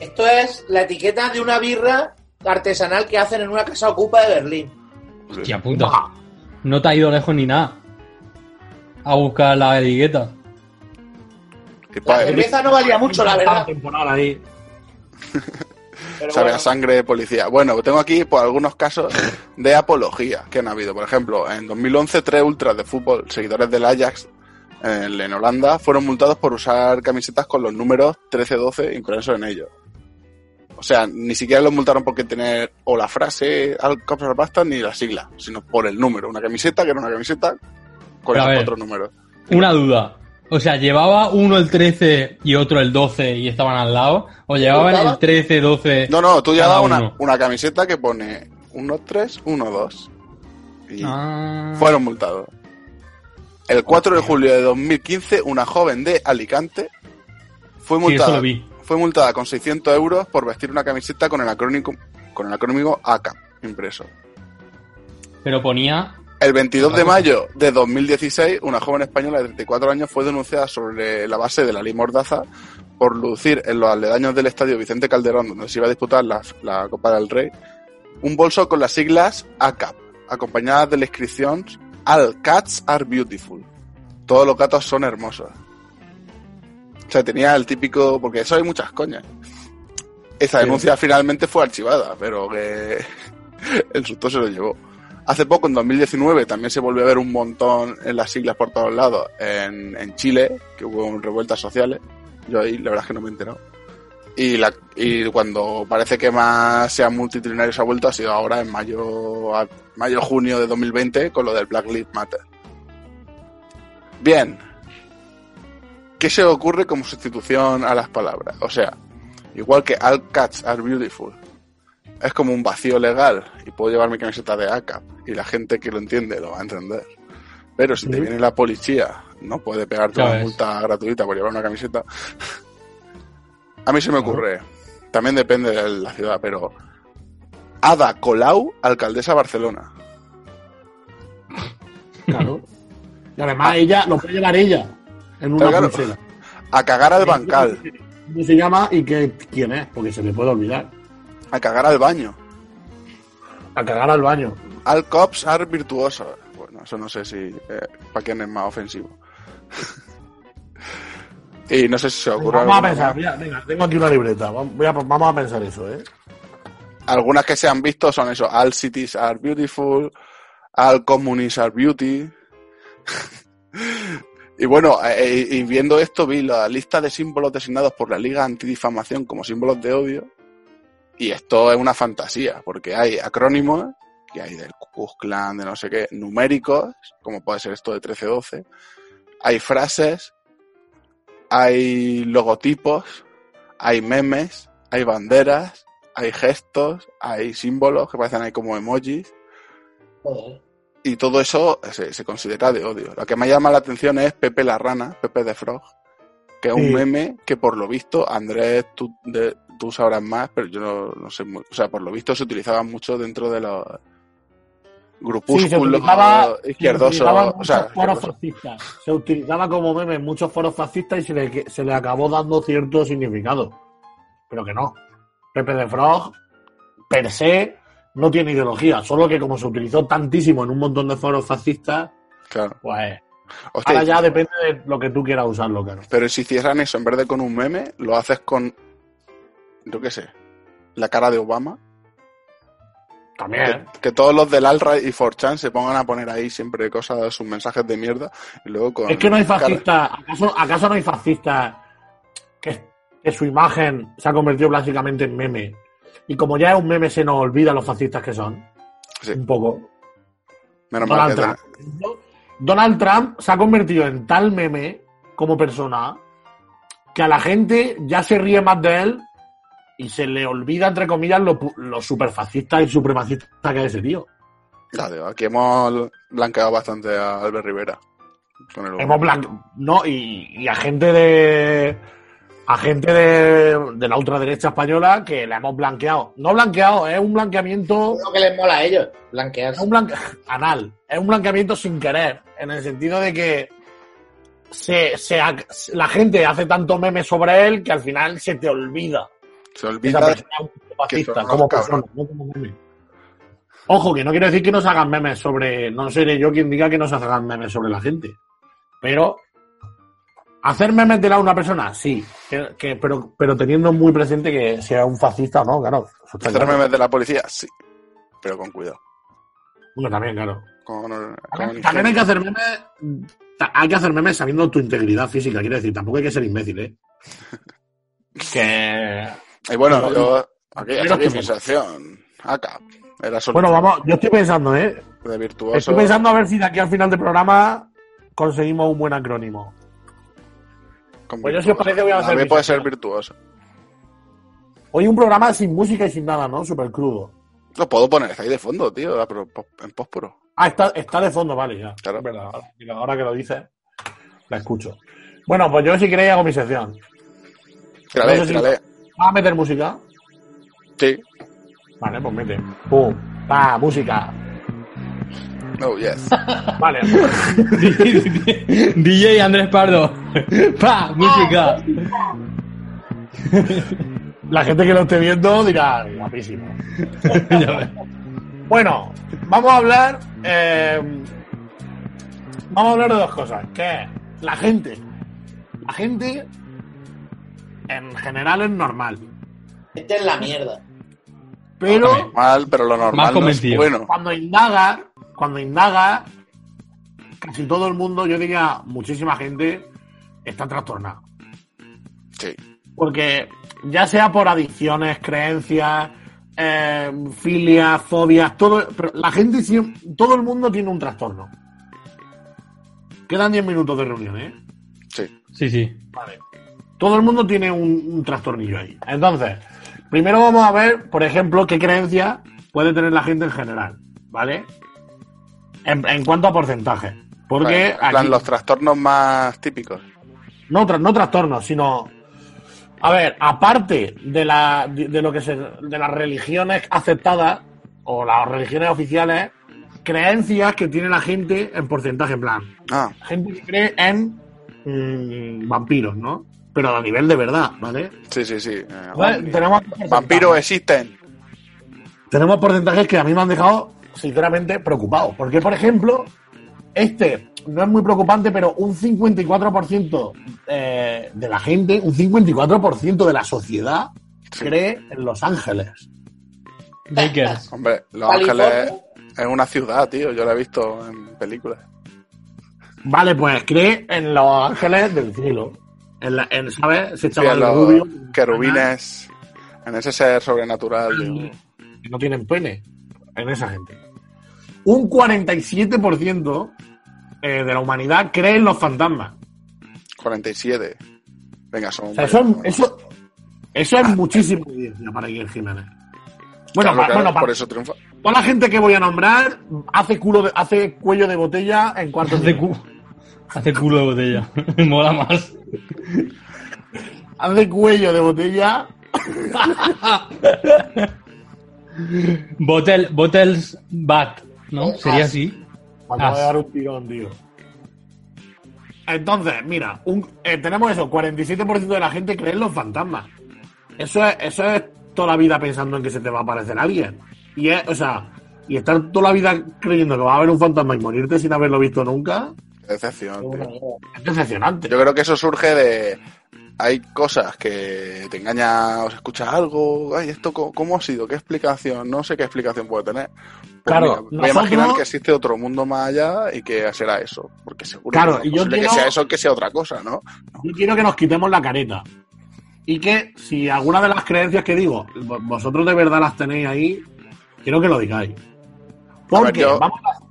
B: Esto es la etiqueta de una birra artesanal que hacen en una casa ocupa de Berlín.
A: Hostia puta. No te ha ido lejos ni nada. A buscar la etiqueta.
C: Y
B: La
C: pa-
B: cerveza no valía mucho, la verdad.
D: temporada ahí.
B: Pero
C: Sabe
B: bueno.
C: a sangre de policía. Bueno, tengo aquí por algunos casos de apología que han habido. Por ejemplo, en 2011, tres ultras de fútbol, seguidores del Ajax en, en Holanda, fueron multados por usar camisetas con los números 13-12 impresos en ellos. O sea, ni siquiera los multaron porque tener o la frase al Copsar Basta ni la sigla, sino por el número. Una camiseta que era una camiseta con
A: Pero a
C: esos
A: ver.
C: cuatro números.
A: Una duda. O sea, ¿llevaba uno el 13 y otro el 12 y estaban al lado? ¿O llevaban el
B: ¿Juntaba?
A: 13, 12?
C: No, no, tú ya
A: Eh, Cada
C: das una,
A: uno.
C: una camiseta que pone 1-3, 1-2. Y
A: Ah.
C: fueron multados. El 4 de julio de 2015, una joven de Alicante fue
A: Sí, eso
C: multada,
A: lo vi.
C: fue multada con 600 euros por vestir una camiseta con el acrónico, con el acrónimo ACAP impreso.
A: Pero ponía...
C: El 22
A: Otra
C: de
A: cosa.
C: mayo de 2016, una joven española de 34 años fue denunciada sobre la base de la ley Mordaza por lucir en los aledaños del estadio Vicente Calderón, donde se iba a disputar la, la Copa del Rey, un bolso con las siglas ACAP, acompañadas de la inscripción All Cats Are Beautiful. Todos los gatos son hermosos. O sea, tenía el típico... Porque eso hay muchas coñas. Esa
A: Sí.
C: denuncia finalmente fue archivada, pero que <laughs> el susto se lo llevó. Hace poco, en 2019, también se volvió a ver un montón en las siglas por todos lados. En, en Chile, que hubo un- revueltas sociales. Yo ahí, la verdad es que no me he enterado. Y, la, y cuando parece que más sea multitudinario esa vuelta ha sido ahora en mayo, a- mayo junio de 2020 con lo del Black Lives Matter. Bien. ¿Qué se ocurre como sustitución a las palabras? O sea, igual que all cats are beautiful, es como un vacío legal y puedo llevar mi camiseta de ACAP y la gente que lo entiende lo va a entender. Pero si te
D: Ujú.
C: viene la policía, no puede pegarte
A: Ya
C: una
A: ves.
C: multa gratuita por llevar una camiseta. A mí se me ocurre, también depende de la ciudad, pero Ada Colau, alcaldesa de Barcelona.
D: Claro. Y además ella lo puede llevar ella en una
C: Pero claro,
D: pulsera.
C: A cagar al bancal,
D: ¿Cómo se llama y qué, quién es? Porque se le puede olvidar.
C: a cagar al baño.
D: A cagar al baño.
C: Al cops are virtuoso. Bueno, eso no sé si para quién es más ofensivo. <laughs> y no sé si se ocurre
D: Vamos a
C: alguna-
D: pensar, mira, venga, tengo aquí una libreta. Voy a- vamos a pensar eso, ¿eh?
C: algunas que se han visto son eso, all cities are beautiful, all communities are beauty. <laughs> y bueno, eh, y viendo esto vi la lista de símbolos designados por la Liga Antidifamación como símbolos de odio. Y esto es una fantasía, porque hay acrónimos, que hay del Ku Klux Klan, de no sé qué, numéricos, como puede ser esto de 13-12. Hay frases, hay logotipos, hay memes, hay banderas, hay gestos, hay símbolos que parecen ahí como emojis,
B: Joder.
C: y todo eso se, se considera de odio. Lo que me llama la atención es Pepe la Rana, Pepe de Frog, que es un
D: Sí.
C: meme que por lo visto, Andrés, tú, de- tú sabrás más, pero yo no, no sé, mu- o sea, por lo visto se utilizaba mucho dentro de los grupúsculos
D: utilizaba-
C: izquierdosos,
D: Se utilizaban
C: o sea,
D: muchos foros
C: izquierdosos.
D: fascistas. Se utilizaba como meme en muchos foros fascistas y se le, que- se le acabó dando cierto significado. Pero que no. Pepe de Frog, per se, no tiene ideología. Solo que como se utilizó tantísimo en un montón de foros fascistas,
C: claro.
D: pues
C: Hostia,
D: ahora ya depende de lo que tú quieras usarlo, claro.
C: Pero si hicieran eso en vez de con un meme, lo haces con, yo qué sé, la cara de Obama.
D: También.
C: Que, que todos los del Alra y 4chan se pongan a poner ahí siempre cosas, sus mensajes de mierda. Y luego con
D: Es que no hay
C: cara-
D: fascistas. ¿Acaso, ¿Acaso no hay fascistas que, que su imagen se ha convertido básicamente en meme? Y como ya es un meme, se nos olvida los fascistas que son.
C: Sí.
D: Un poco.
C: Menos mal
D: Donald
C: que
D: Trump. Donald Trump se ha convertido en tal meme como persona que a la gente ya se ríe más de él y se le olvida, entre comillas, lo, pu- lo superfascista y supremacista que es ese tío.
C: Ya, digo, aquí hemos blanqueado bastante a Albert Rivera. Con el-
D: Hemos blanco, ¿no? Y, y a gente de. A gente de, de la ultraderecha española que la hemos blanqueado. No blanqueado, es un blanqueamiento.
B: Lo que les mola a ellos, blanquearse.
D: Es un blanque... <laughs> anal. Es un blanqueamiento sin querer. En el sentido de que se, se ac- la gente hace tanto meme sobre él que al final se te olvida.
C: Se
D: que Esa
C: olvida.
D: persona es un
C: son
D: fascista,
C: unos
D: como persona,
C: cabrones.
D: no como meme. Ojo, que no quiero decir que no se hagan memes sobre. No seré yo quien diga que no se hagan memes sobre la gente. Pero. Hacer memes de la una persona, sí. Que, que- pero, pero teniendo muy presente que sea un fascista o no, claro. Eso está
C: Hacer
D: claro.
C: memes de la policía, sí. Pero con cuidado.
D: Bueno, también, claro.
C: Con, con
D: También
C: ingenio.
D: también hay que hacer memes. ta- Hay que hacer memes sabiendo tu integridad física, quiero decir, tampoco hay que ser
C: <laughs>
D: imbécil, ¿eh? que.
C: Y bueno,
D: Pero-
C: yo. Aquí
D: Pero
C: está
D: que-
C: mi sensación. Acá. Era solo
D: Bueno, vamos, yo estoy pensando, ¿eh?
C: de virtuoso.
D: Estoy pensando a ver si de aquí al final del programa conseguimos un buen acrónimo.
C: con
D: Pues yo, si os parece, voy a hacer
C: También
D: mi
C: puede ser
D: sección.
C: virtuoso.
D: Hoy un programa sin música y sin nada, ¿no? Súper crudo.
C: Lo puedo poner, está ahí de fondo, tío, la pro- po- en pósporo.
D: Ah, está, está de fondo, vale, ya.
C: Claro.
D: Es verdad, ahora, ahora que lo dices, la escucho. Bueno, pues yo si queréis hago mi sección.
C: Tírale,
D: No sé si-
C: tírale.
D: ¿Vas a meter música?
C: Sí.
D: Vale, pues mete. Pum, pa, música.
C: Oh, yes.
D: Vale.
A: <laughs> DJ Andrés Pardo. <laughs> ¡Pa! Música.
D: La gente que lo esté viendo dirá, guapísimo.
A: Ya ves.
D: Bueno, vamos a hablar. eh, vamos a hablar de dos cosas. Que es la gente. La gente en general es normal.
B: Esta es la mierda.
D: Pero
C: Mal, pero lo normal no es
A: convencido.
C: bueno.
D: cuando indaga, cuando indaga, casi todo el mundo, yo diría muchísima gente, está trastornada.
C: Sí.
D: Porque ya sea por adicciones, creencias, eh, filias, fobias, todo, pero la gente siempre, todo el mundo tiene un trastorno. Quedan 10 minutos de reunión, ¿eh?
C: Sí.
A: Sí, sí.
D: Vale. Todo el mundo tiene un, un trastornillo ahí. Entonces, primero vamos a ver, por ejemplo, qué creencias puede tener la gente en general, ¿vale? En, en cuanto a porcentaje. Porque
C: En plan,
D: aquí-
C: los trastornos más típicos.
D: no, tra- no trastornos, sino. A ver, aparte de, la, de, de lo que se, de las religiones aceptadas o las religiones oficiales, creencias que tiene la gente en porcentaje, en plan.
C: Ah,
D: Gente que cree en mm, vampiros, ¿no? Pero a nivel de verdad, ¿vale?
C: sí, sí, sí. Eh,
D: Vale,
C: ovni.
D: tenemos,
C: Vampiros existen.
D: tenemos porcentajes que a mí me han dejado, sinceramente, preocupado. Porque, por ejemplo, este no es muy preocupante, pero un 54% eh, de la gente, un 54% de la sociedad
C: Sí.
D: cree en Los Ángeles.
A: Lakers.
C: Hombre, Los
B: California.
C: Ángeles es una ciudad, tío. Yo la he visto en películas.
D: Vale, pues cree en Los Ángeles del cielo. En la, en, ¿Sabes? Se
C: Sí,
D: echaba
C: en
D: el
C: los
D: rubio.
C: querubines, en ese ser sobrenatural. tío.
D: que no tienen pene en esa gente. Un 47% eh, de la humanidad cree en los fantasmas.
C: 47. Venga, son.
D: O sea, eso, eso, eso es muchísima evidencia para Iker Jiménez. Bueno,
C: Claro,
D: pa-
C: claro,
D: bueno pa-
C: por eso triunfa.
D: toda la gente que voy a nombrar hace, culo de- hace cuello de botella en cuanto
A: Hace, cu- hace culo de botella. <laughs> Mola más.
D: hace cuello de botella.
A: Botel, bottles bat, ¿no? Sería así.
D: Me acabo de
A: Ah.
D: dar un tirón, tío. Entonces, mira, un- eh, tenemos eso, 47% de la gente cree en los fantasmas. Eso es, eso es toda la vida pensando en que se te va a aparecer alguien. Y es, o sea, y estar toda la vida creyendo que va a haber un fantasma y morirte sin haberlo visto nunca,
C: Decepción,
B: Es una
C: tío.
B: mierda.
D: es decepcionante.
C: Yo creo que eso surge de. Hay cosas que te engaña, o sea, escuchas algo, ay, esto co- cómo ha sido, qué explicación, no sé qué explicación puede tener. Pues
D: Claro,
C: mira, voy a
D: nosotros-
C: imaginar que existe otro mundo más allá y que será eso, porque seguro
D: Claro,
C: que, no es
D: y yo
C: posible que
D: quiero-
C: sea eso que sea otra cosa, ¿no?
D: Yo quiero que nos quitemos la careta. Y que si alguna de las creencias que digo, vo- vosotros de verdad las tenéis ahí, quiero que lo digáis. Porque
C: ver, yo-
D: vamos a la,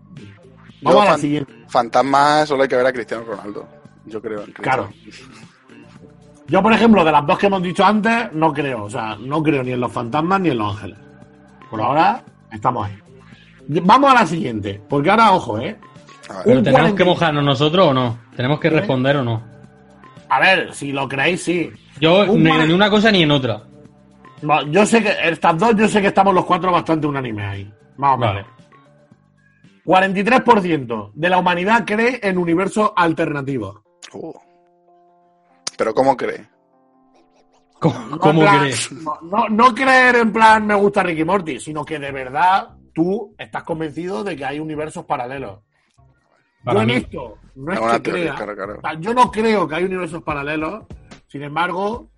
D: vamos a la
C: fan-
D: siguiente.
C: Fantasma solo hay que ver a Cristiano Ronaldo. Yo creo. en Cristiano.
D: Claro. Yo, por ejemplo, de las dos que hemos dicho antes, no creo. O sea, no creo ni en los fantasmas ni en los ángeles. Por ahora, estamos ahí. Y- Vamos a la siguiente. Porque ahora, ojo, ¿eh?
C: A ver,
A: Pero
D: Un
A: tenemos
D: 40.
A: que mojarnos nosotros o no. Tenemos que responder o no.
D: A ver, si lo creéis, sí.
A: Yo
D: Un
A: ni
D: cuarenta.
A: en una cosa ni en otra. <laughs>
D: No, Yo sé que estas dos, yo sé que estamos los cuatro bastante unánimes ahí. Más o menos.
A: Vale.
D: 43% de la humanidad cree en universos alternativos.
C: uh. Pero ¿cómo cree?
A: ¿Cómo,
D: No,
A: cómo
D: en plan-
A: crees?
D: No, no- no creer en plan me gusta Ricky Morty, sino que de verdad tú estás convencido de que hay universos paralelos.
A: Para
D: yo
A: mí.
D: en esto no es
C: Es una
D: que
C: teoría,
D: crea.
C: claro, claro.
D: o sea, Yo no creo que hay universos paralelos. Sin embargo,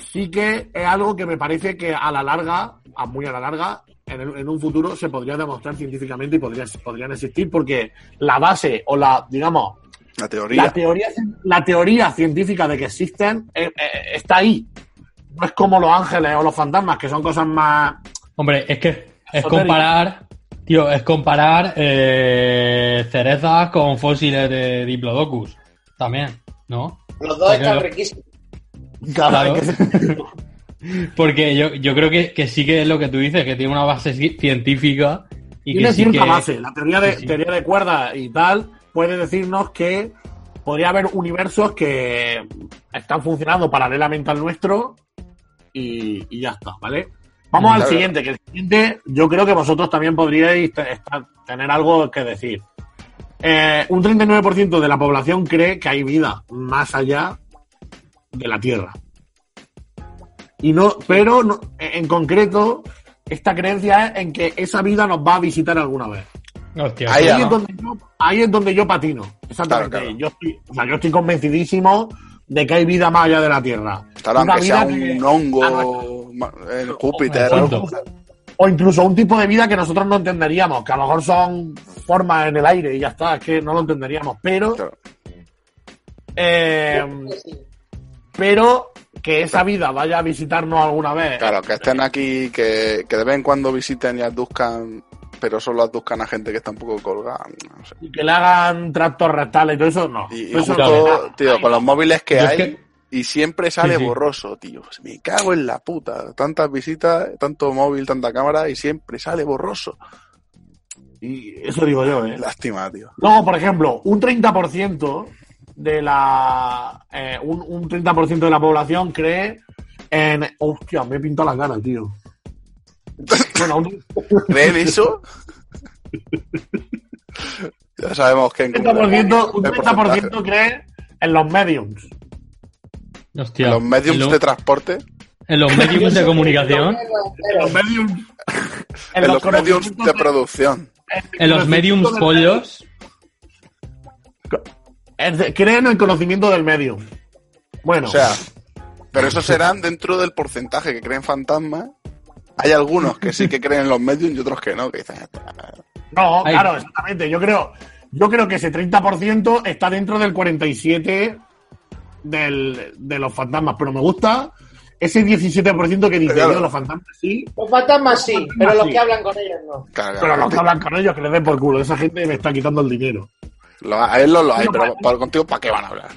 D: sí que es algo que me parece que a la larga, a muy a la larga, en, el- en un futuro se podría demostrar científicamente y podría- podrían existir porque la base o la, digamos,
C: La
D: la
C: teoría.
D: teoría, la teoría científica de que existen eh, eh, está ahí. No es como los ángeles o los fantasmas, que son cosas más.
A: Hombre, es que es
D: Esotérico.
A: comparar, tío, es comparar eh, cerezas con fósiles de Diplodocus. También, ¿no?
B: Los dos
A: Está
B: están
A: claro.
B: riquísimos.
A: Claro.
D: Ah, que se-
A: <laughs> Porque yo, yo creo que, que sí que es lo que tú dices, que tiene una base ci- científica y
D: tiene
A: que sí
D: cierta
A: que...
D: base. La teoría de,
A: que sí.
D: teoría de cuerdas y tal puede decirnos que podría haber universos que están funcionando paralelamente al nuestro y, y ya está, ¿vale? Vamos al
C: Claro.
D: siguiente, que el siguiente yo creo que vosotros también podríais te- estar- tener algo que decir. Eh, un 39% de la población cree que hay vida más allá de la Tierra. Y no, pero no- en concreto, esta creencia es en que esa vida nos va a visitar alguna vez.
A: Hostia,
C: Ahí
D: Ahí,
C: ya,
A: sí.
D: es,
C: ¿no?
D: donde yo, ahí es donde yo patino. Exactamente.
C: Claro, claro.
D: Yo, estoy, o sea, yo estoy convencidísimo de que hay vida más allá de la Tierra.
C: Claro,
D: Una
C: aunque sea
D: vida que-
C: un hongo, ma- en Júpiter.
A: o-
C: algo.
D: O incluso un tipo de vida que nosotros no entenderíamos, que a lo mejor son formas en el aire y ya está, es que no lo entenderíamos. Pero,
C: Claro.
D: eh, pero que esa vida vaya a visitarnos alguna vez.
C: Claro, que estén aquí, que, que de vez en cuando visiten y aduzcan, pero solo aduzcan a gente que está un poco colgada. no sé.
D: Y que le hagan tractos rectales y todo eso, no.
C: Y, y
D: Eso
A: claro.
D: no.
C: justo, tío, con los móviles que
A: Pues Yo es
C: hay,
A: que-
C: y siempre sale
A: Sí, sí.
C: borroso, tío. Pues Me cago en la puta. Tantas visitas, tanto móvil, tanta cámara, y siempre sale borroso.
D: Y eso digo yo, ¿eh?
C: Lástima, tío.
D: Luego, por ejemplo, un 30% de la. eh, un, un 30% de la población cree en. Hostia, me he pintado la cara, tío.
C: <laughs>
D: Bueno, un
C: ¿Creen
A: <laughs>
C: eso? ya sabemos Eh, que en
D: 30%, un
C: el porcentaje.
D: 30% cree en los mediums.
A: Hostia.
C: los mediums
A: en, lo-
C: de transporte,
A: en los medios
D: <laughs>
A: de comunicación,
D: En los mediums.
C: en, los, mediums de producción.
A: en los mediums pollos,
D: Creen en el conocimiento del medium. Bueno,
C: O sea, pero eso serán dentro del porcentaje que creen fantasmas. Hay algunos que sí que creen en los mediums y otros que no, que dicen, "Ah,
D: no,
A: Ahí.
D: claro, exactamente. Yo creo, yo creo que ese 30% está dentro del 47% del, de los fantasmas, pero me gusta ese 17% que dice
C: Claro.
D: yo, los fantasmas sí,
B: Los fantasmas sí, pero los
D: sí.
B: que hablan con ellos no.
C: "Claro,
D: pero los
C: claro,
D: que hablan con ellos que les den por culo. Esa gente me está quitando el dinero.
C: lo- a él no lo hay,
D: No,
C: pero
D: vale.
C: para contigo, ¿para qué van a hablar?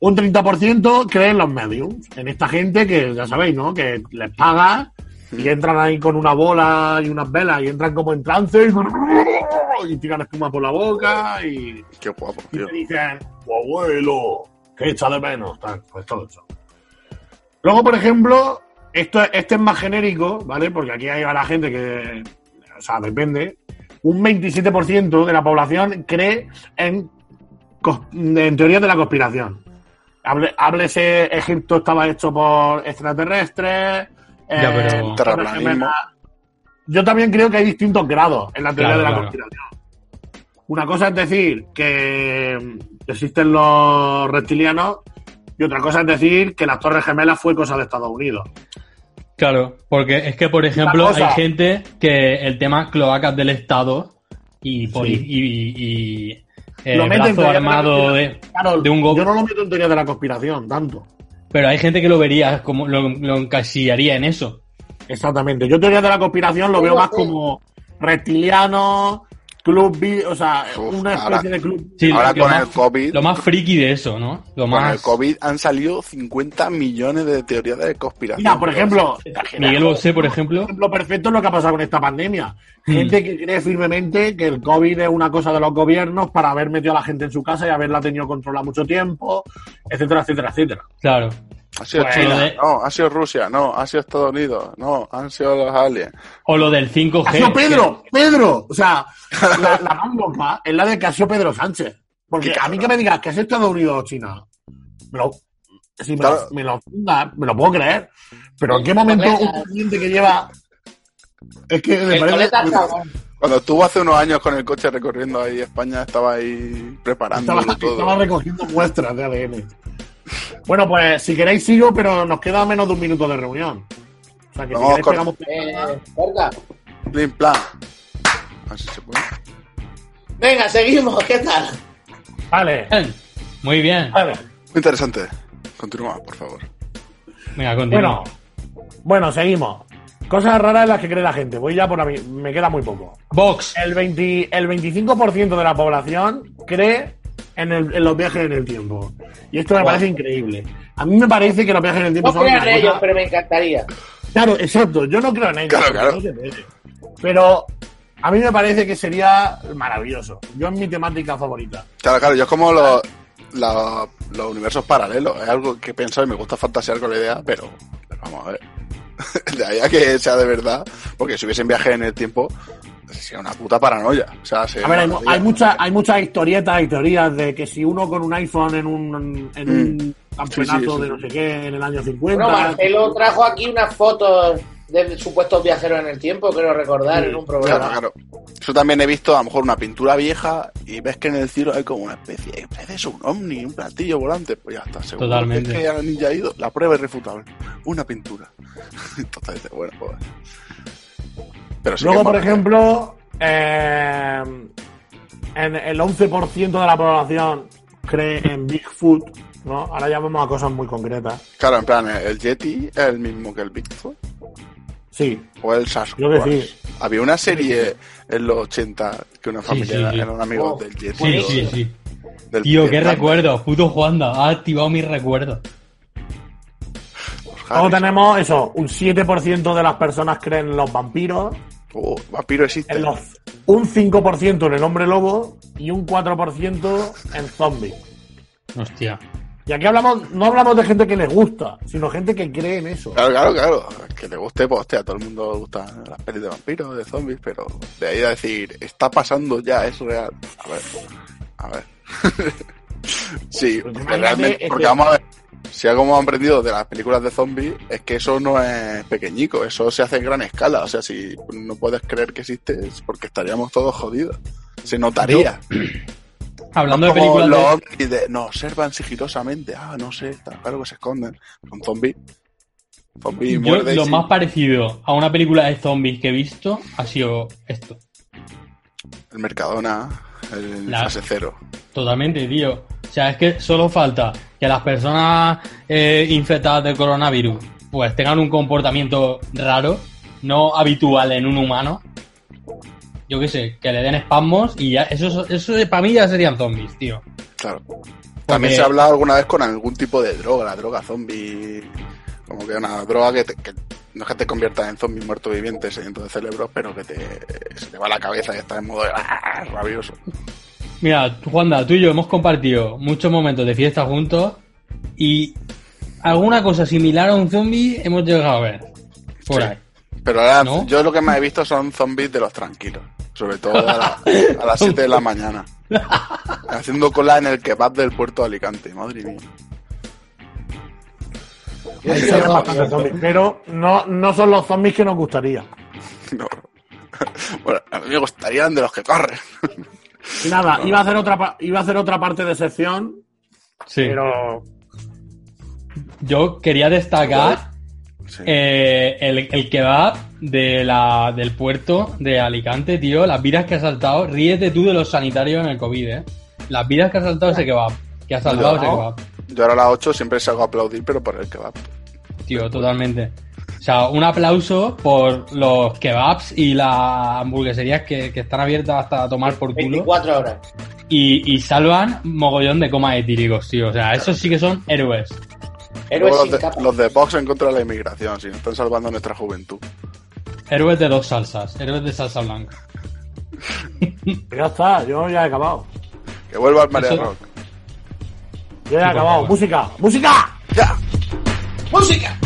D: Un 30% cree en los mediums, en esta gente que ya sabéis, ¿no? Que les paga y entran ahí con una bola y unas velas y entran como en trance y, <laughs> y tiran espuma por la boca y,
C: Qué guapo,
D: y
C: tío.
D: te dicen, tu abuelo, que echa de menos, tal, pues todo eso. Luego, por ejemplo, esto, este es más genérico, ¿vale? Porque aquí hay a la gente que, o sea, depende. Un 27% de la población cree en, cos- en teorías de la conspiración. Hable- Háblese, Egipto estaba hecho por extraterrestres. eh,
A: Ya, pero-
D: Torres
C: Terraplanismo.
D: Gemelas. Yo también creo que hay distintos grados en la teoría
A: Claro,
D: de la
A: claro.
D: conspiración. Una cosa es decir que existen los reptilianos y otra cosa es decir que las Torres Gemelas fue cosa de Estados Unidos.
A: claro, porque es que, por ejemplo, hay
D: cosa.
A: gente que el tema cloacas del Estado y, poli-
D: Sí.
A: y, y- y, eh,
D: Lo
A: brazo
D: meten todavía en la
A: armado de,
D: Claro,
A: de un go-
D: yo no lo meto en teoría de la conspiración tanto.
A: Pero hay gente que lo vería, como lo, lo encasillaría en eso.
D: Exactamente. Yo teoría de la conspiración lo veo más como reptiliano, club, vi- o sea,
C: Uf,
D: una especie
C: ahora-
D: de club.
A: Sí,
C: Ahora
A: lo
C: con
A: más-
C: el COVID.
A: Lo más friki de eso, ¿no? Lo
C: Con
A: más...
C: el COVID han salido 50 millones de teorías de conspiración.
D: Mira, por ejemplo,
A: Miguel Bosé, por ejemplo.
D: ejemplo perfecto es lo que ha pasado con esta pandemia.
A: Mm.
D: Gente que cree firmemente que el COVID es una cosa de los gobiernos para haber metido a la gente en su casa y haberla tenido controlada mucho tiempo, etcétera, etcétera, etcétera.
A: Claro.
C: Ha sido
D: Bueno,
C: China,
A: de-
C: no, ha sido Rusia, no, ha sido Estados Unidos, no, han sido los aliens.
A: O lo del 5G.
D: Casio ¡Ah, Pedro, Pedro, o sea, la, la más loca es la de Casio Pedro Sánchez. Porque
C: Qué
D: a mí que me digas que es Estados Unidos o China, me lo, si me,
C: Claro.
D: lo, me lo funda, me lo puedo creer. Pero en qué momento un presidente que lleva. Es que me
B: El
D: parece.
B: coleta, cabrón.
C: Cuando estuvo hace unos años con el coche recorriendo ahí España, estaba ahí preparando
D: Estaba,
C: todo.
D: estaba recogiendo muestras de ADN. Bueno, pues si queréis sigo, pero nos queda menos de un minuto de reunión. O sea que
C: Vamos,
D: si
C: corta.
D: queréis pegamos.
B: Eh, verga.
C: Plim, plan. Así se puede.
B: Venga, seguimos, ¿qué tal?
D: Vale,
A: Bien. Muy bien.
D: vale.
C: Muy interesante. Continúa, por favor.
A: Venga, continúa.
D: Bueno, bueno, seguimos. Cosas raras en las que cree la gente. Voy ya por la mi- Me queda muy poco.
A: Vox.
D: El, 20 el 25% de la población cree en, el- en los viajes en el tiempo. Y esto me
B: Guau.
D: parece increíble. A mí me parece que los viajes en el tiempo
B: No
D: son.
B: creo
D: una
B: en ellos,
D: cosa-
B: pero me encantaría.
D: Claro, exacto. Yo no creo en ellos.
C: Claro, claro.
D: no se puede. Pero a mí me parece que sería maravilloso. Yo es mi temática favorita.
C: Claro, claro, yo es como los, los, los universos paralelos. Es algo que he pensado y me gusta fantasear con la idea, pero, pero vamos a ver. <laughs> De ahí a que sea de verdad, porque si hubiesen viaje en el tiempo, sería una puta paranoia. O sea, sería
D: A ver, hay,
C: una
D: hay
C: locura.
D: muchas hay muchas historietas y teorías de que si uno con un iPhone en un, en un campeonato
C: Mm. Sí, sí, sí,
D: de
C: sí.
D: no sé qué en el año 50.
B: Bueno, Marcelo trajo aquí unas fotos del supuesto viajero en el tiempo, quiero recordar, en un
C: Claro,
B: programa.
C: claro. Yo también he visto a lo mejor una pintura vieja y ves que en el cielo hay como una especie, eh, parece eso, un ovni, un platillo volante. Pues ya está, seguro.
A: Totalmente.
C: Es que han ya ido, la prueba es refutable. Una pintura. <laughs> Entonces, dices, bueno, pues. Pero sí
D: Luego,
C: que
D: por
C: mola.
D: ejemplo, eh, en el 11% de la población cree en Bigfoot. ¿no? Ahora ya vamos a cosas muy concretas.
C: Claro, en plan, ¿el Yeti es el mismo que el Bigfoot?
D: Sí,
C: ¿O el
D: Creo
C: Sasquatch?
D: que sí.
C: Había una serie en los 80 que una familia
A: sí, sí.
C: era- eran amigos
B: Oh,
C: del Yeti.
A: Sí,
C: del-
A: sí, sí.
C: del-
A: Tío,
C: del
A: qué
C: Panda,
A: recuerdo. Puto Juanda. Ha activado mis recuerdos.
C: los
D: Luego
C: Harris.
D: tenemos eso, un 7% de las personas creen en los vampiros,
C: Oh, vampiro existe.
D: en los, un 5% en el hombre lobo y un 4% en zombies.
A: Hostia.
D: Y aquí hablamos, no hablamos de gente que les gusta, sino gente que cree en
A: Ah,
D: eso.
C: Claro, claro, claro. Que te guste, pues, hostia, a todo el mundo le gustan las pelis de vampiros, de zombies, pero de ahí a decir, está pasando ya, es real. A ver, a ver. <laughs> sí,
D: Pues
C: porque
D: imagínate
C: realmente,
D: este-
C: porque vamos a ver, si algo hemos aprendido de las películas de zombies es que eso no es pequeñico, eso se hace en gran escala. O sea, si no puedes creer que existe es porque estaríamos todos jodidos. Se notaría.
A: Hablando de
C: No como
A: películas de...
C: los ovnis de- nos observan sigilosamente. Ah, no sé, está claro que se esconden. Un zombie. Zombie
A: Yo,
C: muerde y
A: lo
C: sí.
A: más parecido a una película de zombies que he visto ha sido esto.
C: El Mercadona, el
A: La-
C: fase cero.
A: Totalmente, tío. O sea, es que solo falta que las personas eh, infectadas de coronavirus pues tengan un comportamiento raro, no habitual en un humano. Yo qué sé, que le den espasmos y ya, eso, eso para mí ya serían zombies, tío.
C: Claro. También se ha hablado alguna vez con algún tipo de droga, la droga zombie. Como que una droga que, te- que no es que te conviertas en zombie muerto viviente sediento de cerebros, pero que te, se te va la cabeza y estás en modo de, "Ah", rabioso.
A: Mira, tú, Juanda, tú y yo hemos compartido muchos momentos de fiesta juntos y alguna cosa similar a un zombie hemos llegado a ver. Por
C: Sí.
A: ahí.
C: Pero ahora
A: ¿No?
C: yo lo que más he visto son zombies de los tranquilos. Sobre todo a, la- a las 7 de
A: <laughs>
C: la mañana. Haciendo cola en el kebab del puerto de Alicante. Madre mía.
D: Hay
C: Sí,
D: que ver
C: no,
D: bastante
C: no.
D: zombies, pero no, no son los zombies que nos gustaría.
C: No. Bueno, a mí me gustarían de los que corren.
D: Y nada, iba a hacer otra pa- iba a hacer otra parte de sección,
A: Sí.
D: pero
A: Yo quería destacar
C: Sí.
A: eh, el, el kebab de la, del puerto de Alicante, tío. Las vidas que ha saltado. Ríete tú de los sanitarios en el COVID, eh. Las vidas que ha saltado ese kebab. Que ha saltado ese
D: No.
A: kebab.
C: Yo ahora a las 8 siempre salgo a aplaudir, pero por el kebab.
A: Tío, totalmente. O sea, un aplauso por los kebabs y las hamburgueserías que, que están abiertas hasta tomar por culo
B: 24 horas.
A: y, y salvan mogollón de comas etíricos, tío. O sea, esos sí que son héroes.
B: Héroes
C: Luego
B: sin
C: los,
B: capa.
C: de, los de Vox en contra de la inmigración, si nos están salvando nuestra juventud.
A: Héroes de dos salsas, héroes de salsa blanca.
D: Ya está, yo ya he acabado.
C: Que vuelva al Marea
A: Eso-
C: Rock.
D: Yo ya he
A: por
D: acabado.
A: favor.
D: Música, música.
C: ¡Ya!
B: ¡Música!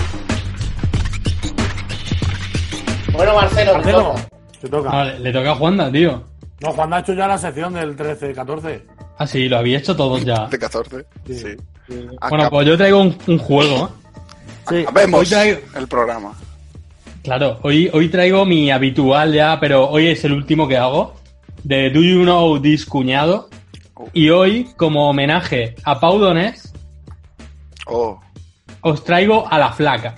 B: Bueno, Marcelo, te
D: Marcelo,
B: toca.
D: te toca.
A: Ah, le, le toca a Juanda, tío.
D: No, Juan ha hecho ya la sección del 13, 14.
A: Ah, sí, lo había hecho todos ya.
C: De 14. Sí. Acá-
A: Bueno, pues yo traigo un, un juego. ¿eh?
D: Sí.
A: hoy
C: Acabemos
A: traigo-
C: el programa.
A: Claro, hoy, hoy traigo mi habitual ya, pero hoy es el último que hago. De Do You Know This Cuñado. Y hoy, como homenaje a Pau Donés,
C: Oh,
A: os traigo a la flaca.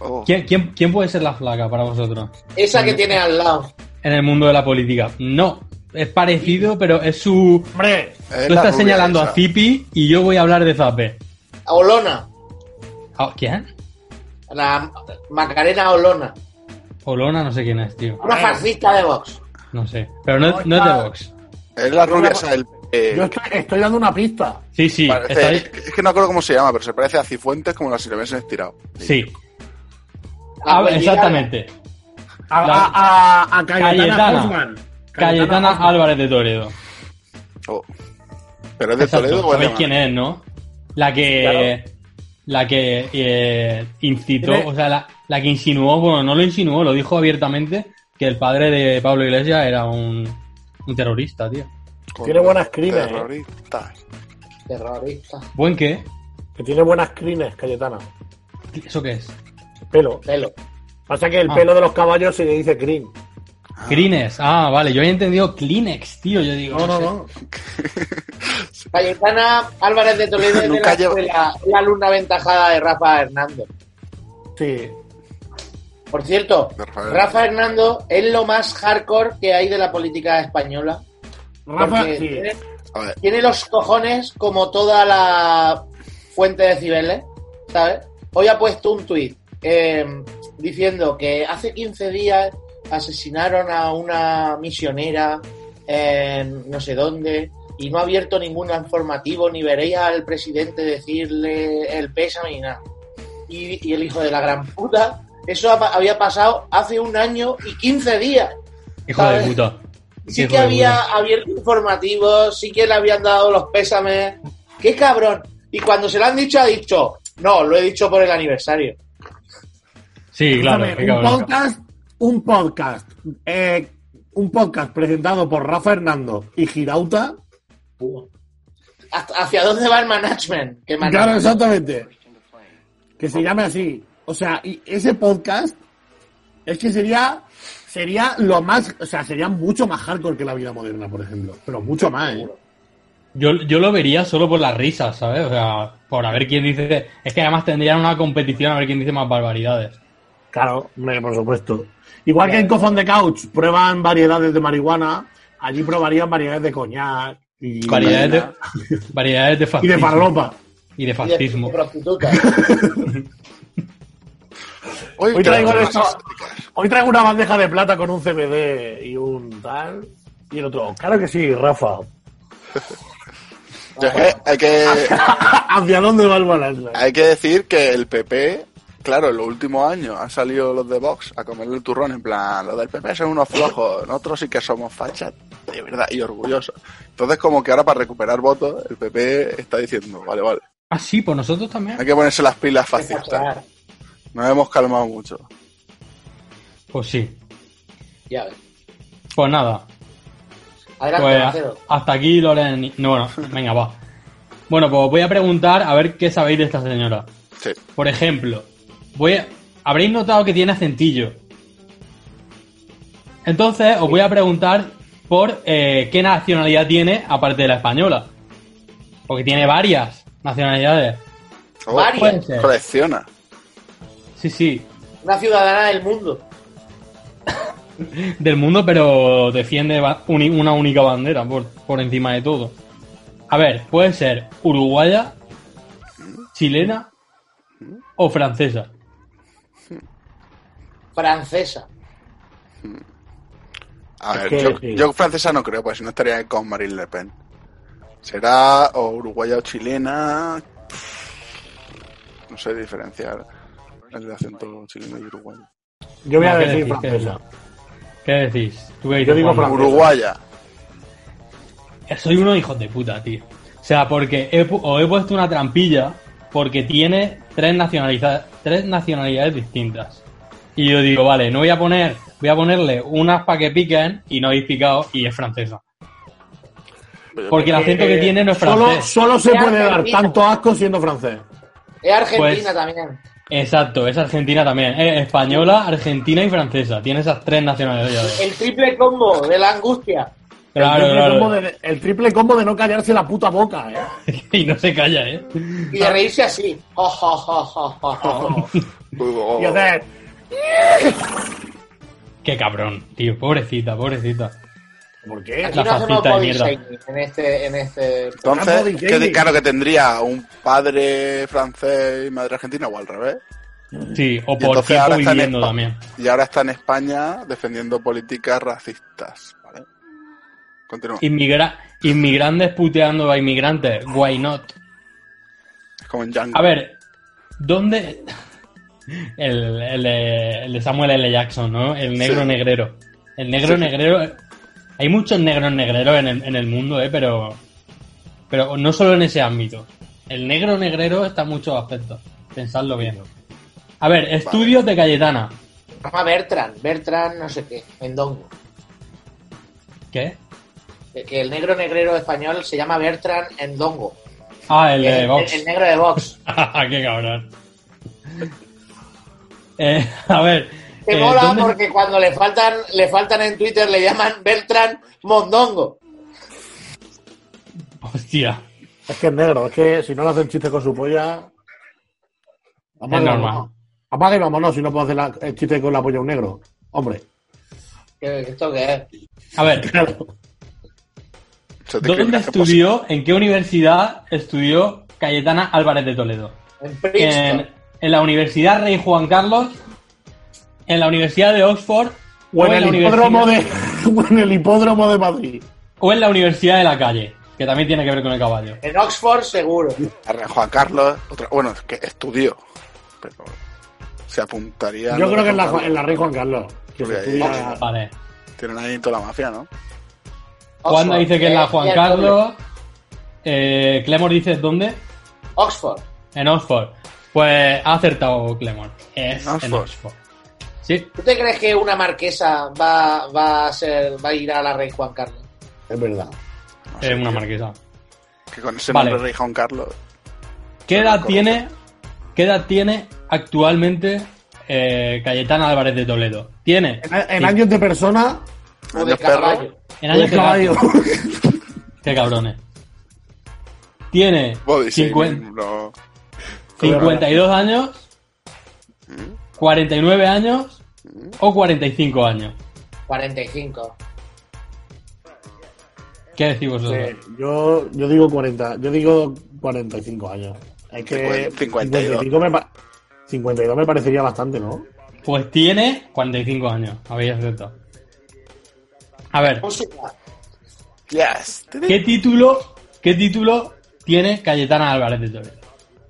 C: oh.
A: ¿Quién, quién, quién puede ser la flaca para vosotros
B: Esa que tiene al lado.
A: en el mundo de la política? No, es parecido, pero es su...
D: Hombre,
C: Es
A: Tú
C: la
A: estás
C: rubia
A: señalando
C: esa.
A: a Zipi y yo voy a hablar de Zape.
B: A Olona.
A: Ah, ¿Quién?
B: A La Macarena Olona.
A: Olona, no sé quién es, tío.
B: Una fascista de Vox.
A: No sé. Pero no, no es de Vox.
C: Es la rubia
D: Yo-
C: esa del- eh,
D: yo estoy, estoy dando una pista.
A: Sí, sí.
C: parece-
A: está ahí.
C: Es que no acuerdo cómo se llama, pero se parece a Cifuentes como la Silvestre estirado.
A: Sí.
B: La
A: Ah,
B: Wendy
A: exactamente.
D: A,
A: La-
D: a, a, a Cayetana,
A: Cayetana.
D: Hoffman.
A: Cayetana Álvarez de Toledo.
C: Oh. ¿Pero es de
A: Exacto,
C: Toledo o es de
A: Sabéis quién es, ¿no? La que. La que eh, incitó,
D: Tiene-
A: o sea, la, la que insinuó, bueno, no lo insinuó, lo dijo abiertamente, que el padre de Pablo Iglesias era un, un terrorista, tío.
C: Madrid?
D: Tiene buenas crines, eh.
C: Terrorista.
B: Terrorista.
A: ¿Buen qué?
D: Que tiene buenas crines, Cayetana.
A: ¿Eso qué es?
D: Pelo.
B: Pelo.
D: Pasa que el
A: Ah.
D: pelo de los caballos se le dice green.
A: Kleenex. Ah, vale, yo había entendido Kleenex, tío. Yo digo,
D: No, no,
A: sé.
D: no.
B: Cayetana Álvarez de Toledo es de
C: Nunca
B: la
C: lleva-
B: escuela, la alumna aventajada de Rafa Hernández.
D: Sí.
B: Por cierto,
C: De Rafael.
B: Rafa Hernando es lo más hardcore que hay de la política española.
D: Rafa,
B: porque
D: sí.
B: tiene,
C: A ver,
B: tiene los cojones como toda la fuente de Cibeles, ¿sabes? Hoy ha puesto un tuit eh, diciendo que hace 15 días asesinaron a una misionera en no sé dónde y no ha abierto ningún informativo, ni veréis al presidente decirle el pésame ni nada. Y, y el hijo de la gran puta, eso ha- había pasado hace un año y 15 días.
A: Hijo
B: ¿sabes?
A: de puta.
B: Sí
A: Hijo
B: que
A: de
B: había
A: puta.
B: abierto informativos, sí que le habían dado los pésames. ¡Qué cabrón! Y cuando se lo han dicho, ha dicho, no, lo he dicho por el aniversario.
A: Sí, claro,
D: Escúchame,
A: qué
D: un
A: cabrón.
D: podcast, un podcast, eh, un podcast presentado por Rafa Hernando y Girauta.
B: ¿Hasta- ¿Hacia dónde va el management? Que management?
D: Claro, exactamente. Que se llame así. O sea, y ese podcast es que sería sería lo más, o sea, sería mucho más hardcore que la vida moderna, por ejemplo, pero mucho más. ¿eh?
A: Yo, yo lo vería solo por las risas, ¿sabes? O sea, por a ver quién dice. Es que además tendrían una competición a ver quién dice más barbaridades.
D: Claro, hombre, por supuesto. Igual que en Cofón de Couch prueban variedades de marihuana, allí probarían variedades de coñac y,
A: Variedades de, variedades de
D: y
A: fascismo.
D: de farlopa.
A: Y de
B: Y de- de
A: fascismo. <laughs>
B: prostitutas.
C: hoy
D: Hoy traigo,
C: tenemos
D: de
C: más
D: esto-
C: estéticas.
D: hoy traigo una bandeja de plata con un CBD y un tal. Y el otro, claro que sí, Rafa. <laughs>
C: Yo es que hay que
D: ¿Hacia dónde va el balance?
C: Hay que decir que el PP, claro, en los últimos años han salido los de Vox a comerle el turrón, en plan, los del PP son unos flojos, nosotros sí que somos fachas, de verdad, y orgullosos. Entonces, como que ahora para recuperar votos, el PP está diciendo, vale, vale,
A: Ah, sí, pues nosotros también.
C: hay que ponerse las pilas fascistas. Nos hemos calmado mucho.
A: Pues sí.
B: Ya ves.
A: Pues nada.
B: Adelante,
A: Pues
B: Marcelo.
A: hasta aquí, Loren. y- No, bueno, venga, va. Bueno, pues voy a preguntar a ver qué sabéis de esta señora.
C: Sí,
A: Por ejemplo, voy a- habréis notado que tiene acentillo. Entonces, os voy a preguntar por eh, qué nacionalidad tiene, aparte de la española. Porque tiene varias nacionalidades.
C: Oh,
B: Varias.
A: Puede ser.
C: colecciona.
A: Sí, sí.
B: Una ciudadana del mundo.
A: Del mundo, pero defiende ba- uni- una única bandera por, por encima de todo. A ver, puede ser uruguaya, chilena o francesa.
B: Francesa.
C: A
D: Es
C: ver,
D: que-
C: yo,
D: sí.
C: yo francesa no creo, pues si no estaría con Marine Le Pen. Será o uruguaya o chilena. No sé diferenciar el acento chileno y uruguayo.
D: Yo voy
A: No,
D: a
A: ¿qué
D: decir
A: decís? ¿Qué
D: francesa.
A: ¿Qué decís? ¿Tú qué dices,
D: Yo digo
A: Juanma?
D: francesa.
C: Uruguaya.
A: Soy uno hijo de puta, tío. O sea, porque he, pu- os he puesto una trampilla porque tiene tres, nacionaliza- tres nacionalidades distintas. Y yo digo, vale, no voy a poner, voy a ponerle unas para que piquen y no habéis picado y es francesa. Porque el acento que
D: Eh,
A: tiene no es
D: solo,
A: francés.
D: solo se
B: Es
D: puede dar
B: argentina.
D: tanto asco siendo francés.
B: Es argentina
A: Pues-
B: también.
A: Exacto, es argentina también. Es española, argentina y francesa. Tiene esas tres
C: Eh,
A: nacionalidades.
B: El triple combo de la angustia.
A: Claro,
D: el, triple combo
A: claro.
D: de, el triple combo de no callarse la puta boca, ¿eh?
A: <laughs> Y no se calla, ¿eh?
B: Y de reírse así. Jo, jo, jo, jo, jo, jo.
D: Y hacer.
A: Qué cabrón, tío. Pobrecita, pobrecita.
D: ¿Por qué?
A: <laughs>
B: Aquí
A: La
B: no hacemos
A: facita de
B: body
A: mierda.
B: shaming en este, en este.
C: Entonces,
D: Campo de
C: que,
D: Jenny.
C: claro que tendría un padre francés y madre argentina o al revés.
A: Sí, o
C: Y
A: por
C: entonces ahora
A: tiempo
C: está en
A: viviendo
C: Espa-
A: también.
C: Y ahora está en España defendiendo políticas racistas. ¿vale? Continúa.
A: Inmigra- inmigrantes puteando a inmigrantes. Why not?
C: Es como en Django.
A: A ver, ¿dónde. <laughs> El, el de, el de Samuel L. Jackson, ¿no? El negro
C: Sí.
A: negrero. El negro
C: Sí, sí.
A: negrero. Hay muchos negros negreros en el, en el mundo, ¿eh? Pero. Pero no solo en ese ámbito. El negro negrero está en muchos aspectos. Pensadlo bien. A ver, estudios de Cayetana.
B: Se llama Bertrand. Bertrand, no sé qué. Mendongo.
A: ¿Qué?
B: Que- Que el negro negrero español se llama Bertrand Endongo.
A: Ah, el
B: El,
A: de Vox.
B: el- el negro
A: <laughs>
B: de Vox.
A: ¡Qué cabrón! Eh, a ver.
B: Te
A: eh,
B: mola
A: ¿dónde-
B: porque cuando le faltan, le faltan en Twitter le llaman Bertrand Mondongo.
A: <laughs> Hostia,
D: Es que es negro, es que si no le hacen chiste con su polla. Apaga y
A: normal.
D: vámonos. Apaga y vámonos si no puedo hacer la- el chiste con la polla a un negro. <laughs> Hombre.
B: ¿Qué- ¿Esto qué es?
A: a
D: <laughs>
A: ver,
D: Claro.
C: Se te
A: ¿dónde
C: criminaliza
A: estudió, en qué universidad estudió Cayetana Álvarez de Toledo?
B: En Princeton.
A: En, en la Universidad Rey Juan Carlos, en la Universidad de Oxford,
D: O en el
A: la
D: hipódromo
A: universidad-
D: de. <laughs> o en el hipódromo de Madrid.
A: o en la Universidad de la Calle, que también tiene que ver con el caballo.
B: En Oxford seguro.
C: A Juan Carlos, otra, bueno, es que estudió, pero se apuntaría.
D: Yo
C: ¿no?
D: creo que en la,
C: Juan
D: en la Rey Juan Carlos. Que se
C: Porque ahí-
D: estudia-
A: Vale.
C: Carlos. Tienen ahí toda la mafia, ¿no?
A: Juanda
B: Oxford.
A: dice que en
B: Eh,
A: la Juan
B: y el
A: Carlos. Eh, Clemor dice ¿dónde?
B: doble. Oxford.
A: En Oxford. Pues ha acertado Clemor. Es
C: En Oxford.
A: en Oxford. Sí,
B: ¿Tú te crees que una marquesa va, va a ser, va a ir a la Rey Juan Carlos?
D: Es verdad.
C: No
A: es
C: sé,
A: una
C: tío,
A: marquesa.
C: Que con ese
A: Eh, Vale.
C: nombre rey Juan Carlos.
A: ¿Qué edad
C: Correcto.
A: tiene, qué edad tiene actualmente eh, Cayetana Álvarez de Toledo? Tiene.
D: En, en años de persona.
B: O
C: Años
B: de
C: perro.
B: caballo.
A: en años
D: de caballo.
A: de-
D: <laughs>
A: Qué cabrones. Tiene
C: Body shaming,
A: 50
C: no.
A: 52 años,
C: Mm.
A: 49 años o 45 años.
B: 45.
A: ¿Qué decís
D: Sí,
A: vosotros?
D: yo, yo digo 40, yo digo 45 años. Es que
C: 52.
D: 55 me pa- 52 me parecería bastante, ¿no?
A: Pues tiene 45 años. Habéis acertado. A ver,
B: Música.
C: Yes.
A: ¿qué título, ¿qué título tiene Cayetana Álvarez de Toledo?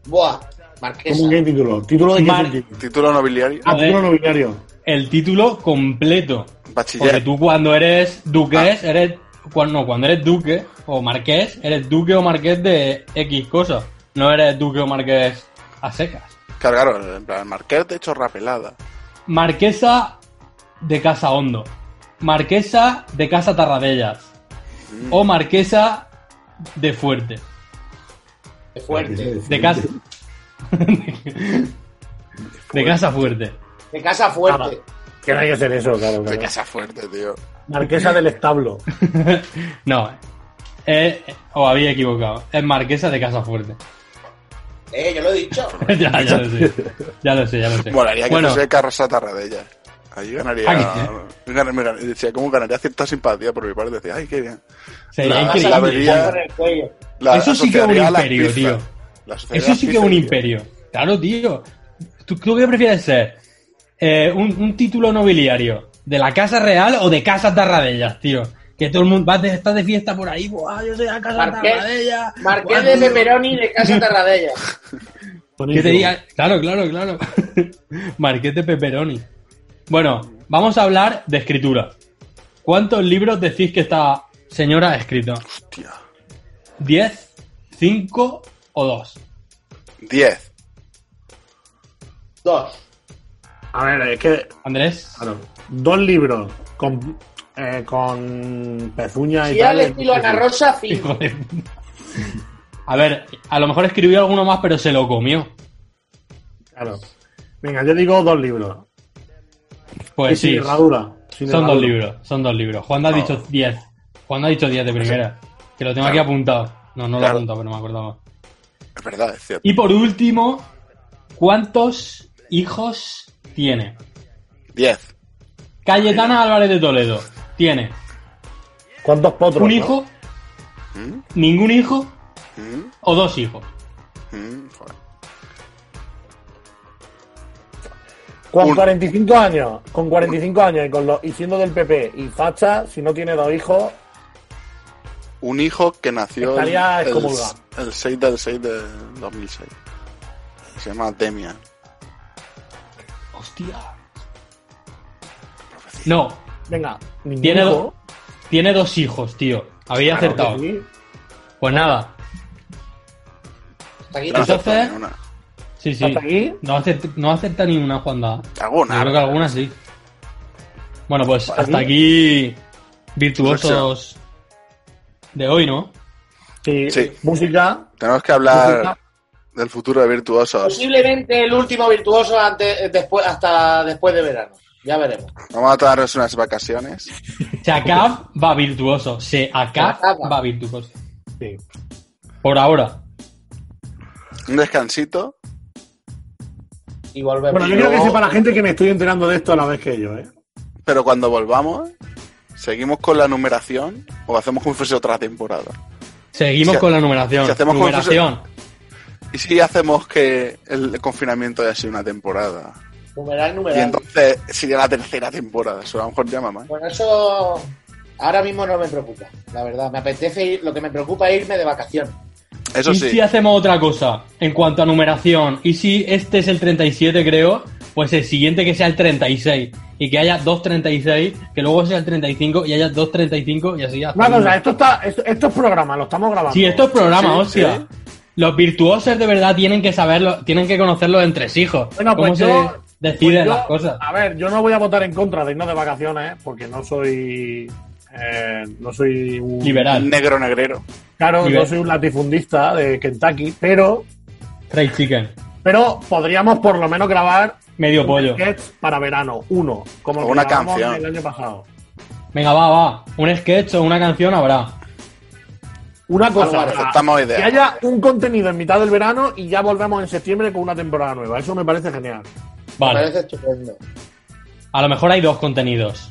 B: Buah.
D: ¿Cómo
B: Marquesa.
D: que título? ¿Título de qué
A: Mar-
D: sentido?
C: Título nobiliario.
D: Ah,
A: Joder.
D: título nobiliario.
A: El título completo. Porque
C: Bachiller.
A: tú cuando eres duques, eres. Cuando, no, cuando eres duque o marqués, eres duque o marqués de X cosas. No eres duque o marqués a secas.
C: Cargaron, en plan, Marqués de Chorra Pelada.
A: Marquesa de Casa Hondo. Marquesa de Casa Tarradellas. O marquesa de Fuerte.
B: Fuerte.
A: De Casa. <laughs> de Casa Fuerte.
B: De casa fuerte.
D: Que no hay que hacer eso, claro.
C: De
D: claro.
C: casa fuerte, tío.
D: Marquesa
A: <laughs>
D: del establo.
A: No. eh, eh, os había equivocado. Es marquesa de Casa Fuerte. <laughs>
B: Eh, yo lo he dicho.
A: ya, ya lo sé. Ya lo sé, ya lo sé.
C: Molaría que
A: bueno,
C: fuese Carrosa Tarradella. Ahí ganaría.
A: Ah,
C: ganar- me ganar- decía, como ganaría cierta simpatía por mi parte. Decía, ay, qué bien.
A: sería
C: la-
B: Vas a
A: increíble.
C: la vería-
B: con el cuello.
C: La-
A: Eso sí que es un
C: asociaría a las
A: imperio,
C: pizzas.
A: tío.
C: La asociaría a
A: Eso
C: las
A: sí que es un
C: pizzerías.
A: imperio. Claro, tío. ¿Tú, tú qué prefieres ser? Eh, un, un título nobiliario de la Casa Real o de Casas Tarradellas, tío? Que todo el mundo va de, estás de fiesta por ahí, ¡buah, yo soy la Casa
B: Marqués-
A: Tarradellas!
B: Marqués
A: buah,
B: de
A: tío".
B: Pepperoni de Casa Tarradella.
A: Que te diga- claro, claro, claro. <laughs> Marqués de Pepperoni. Bueno, vamos a hablar de escritura. ¿Cuántos libros decís que esta señora ha escrito?
C: Hostia.
A: ¿Diez? ¿Cinco o dos?
C: 10.
B: <laughs> Dos.
D: A ver, es que
A: <laughs> Andrés.
D: claro, dos libros con, eh, con pezuña y
B: Si al
D: tal,
B: estilo Ana Rosa,
A: Hijo
B: cinco.
A: de puta. A ver, a lo mejor escribió alguno más, pero se lo comió.
D: Claro. Venga, yo digo dos libros. Y
A: Pues
D: sin
A: sí, Ah.
D: herradura. sin
A: son dos
D: herradura.
A: libros, son dos libros. Juan ha
C: No.
A: dicho 10. Juan ha dicho 10 de primera. Que lo tengo aquí apuntado. No, no lo he
C: Claro.
A: apuntado, pero me acordaba.
C: Es verdad, es cierto.
A: Y por último, ¿cuántos hijos tiene?
C: 10.
A: Cayetana Álvarez de Toledo tiene
D: ¿Cuántos potros?
A: un
D: no?
A: hijo,
C: ¿Mm?
A: ningún hijo
C: ¿Mm?
A: o dos hijos.
C: ¿Mm? Joder.
D: Con
C: Un-
D: 45 años, con 45 años y, con los, y siendo del PP y facha, si no tiene dos hijos,
C: Un hijo que nació el,
D: Estaría
C: el-
D: excomulgado.
C: el 6 del 6 de 2006. Se llama Demian.
A: Hostia. No,
D: venga, ningún
A: tiene,
D: hijo.
A: do- tiene dos hijos, tío. Había
C: Claro
A: acertado.
D: Sí.
A: Pues nada,
B: Hasta aquí.
C: No acepto
A: Entonces-
C: ni una.
A: sí, sí.
D: Hasta aquí.
A: No acepta, no acepta ninguna Juanda. Yo creo que
C: Alguna.
A: alguna sí. Bueno, pues hasta aquí virtuosos de hoy, ¿no?
D: Sí.
C: Sí.
D: Música.
C: Tenemos que hablar del futuro de Virtuosos.
B: Posiblemente el último virtuoso antes, eh, después, hasta después de verano. Ya veremos.
C: Vamos a darnos unas vacaciones.
A: Chacab va virtuoso. Se acab
B: acaba.
A: va virtuoso.
D: Sí.
A: Por ahora.
C: Un descansito.
B: Y volvemos.
D: Bueno, yo
C: luego-
D: creo que sepa la gente que me estoy enterando de esto a la vez que yo, ¿eh?
C: Pero cuando volvamos, ¿seguimos con la numeración o hacemos como si fuese otra temporada?
A: Seguimos
C: Si ha-
A: con la numeración.
C: si hacemos
A: numeración.
C: ¿Y si hacemos que el confinamiento haya sido una temporada?
B: Numeral,
C: Y
B: numeral.
C: entonces sería la tercera temporada. Eso a lo mejor llama más.
B: Bueno, eso ahora mismo no me preocupa, la verdad. Me apetece ir, lo que me preocupa es irme de vacaciones.
C: Eso
A: ¿Y si
C: sí,
A: hacemos otra cosa en cuanto a numeración? ¿Y si este es el 37, creo? Pues el siguiente que sea el 36. Y que haya dos 36, que luego sea el 35 y haya dos 35 y así hasta
D: Una
A: el uno.
D: cosa, esto está, esto, esto es programa, lo estamos grabando.
A: Si esto es programa,
C: Sí,
A: hostia.
C: sí.
A: Los virtuosos de verdad tienen que saberlo, tienen que conocer los entresijos.
D: Bueno,
A: cómo
D: pues
A: se
D: yo-
A: deciden
D: pues yo-
A: las cosas.
D: A ver, yo no voy a votar en contra de irnos de vacaciones, ¿eh? porque no soy. eh, no soy un.
A: Liberal.
C: negro negrero.
D: Claro,
A: Liber-
D: no soy un latifundista de Kentucky, pero.
A: Trade chicken.
D: Pero podríamos por lo menos grabar
A: Medio pollo.
D: sketch para verano, uno, como el
C: O
D: que
C: una
D: grabamos
C: canción.
D: el año pasado.
A: Venga, va, va. Un sketch o una canción habrá.
D: Una cosa,
B: Álvaro,
D: o sea,
C: aceptamos ideas.
D: que haya un contenido en mitad del verano y ya volvemos en septiembre con una temporada nueva. Eso me parece genial.
B: Me
A: Vale.
B: parece estupendo.
A: A lo mejor hay dos contenidos.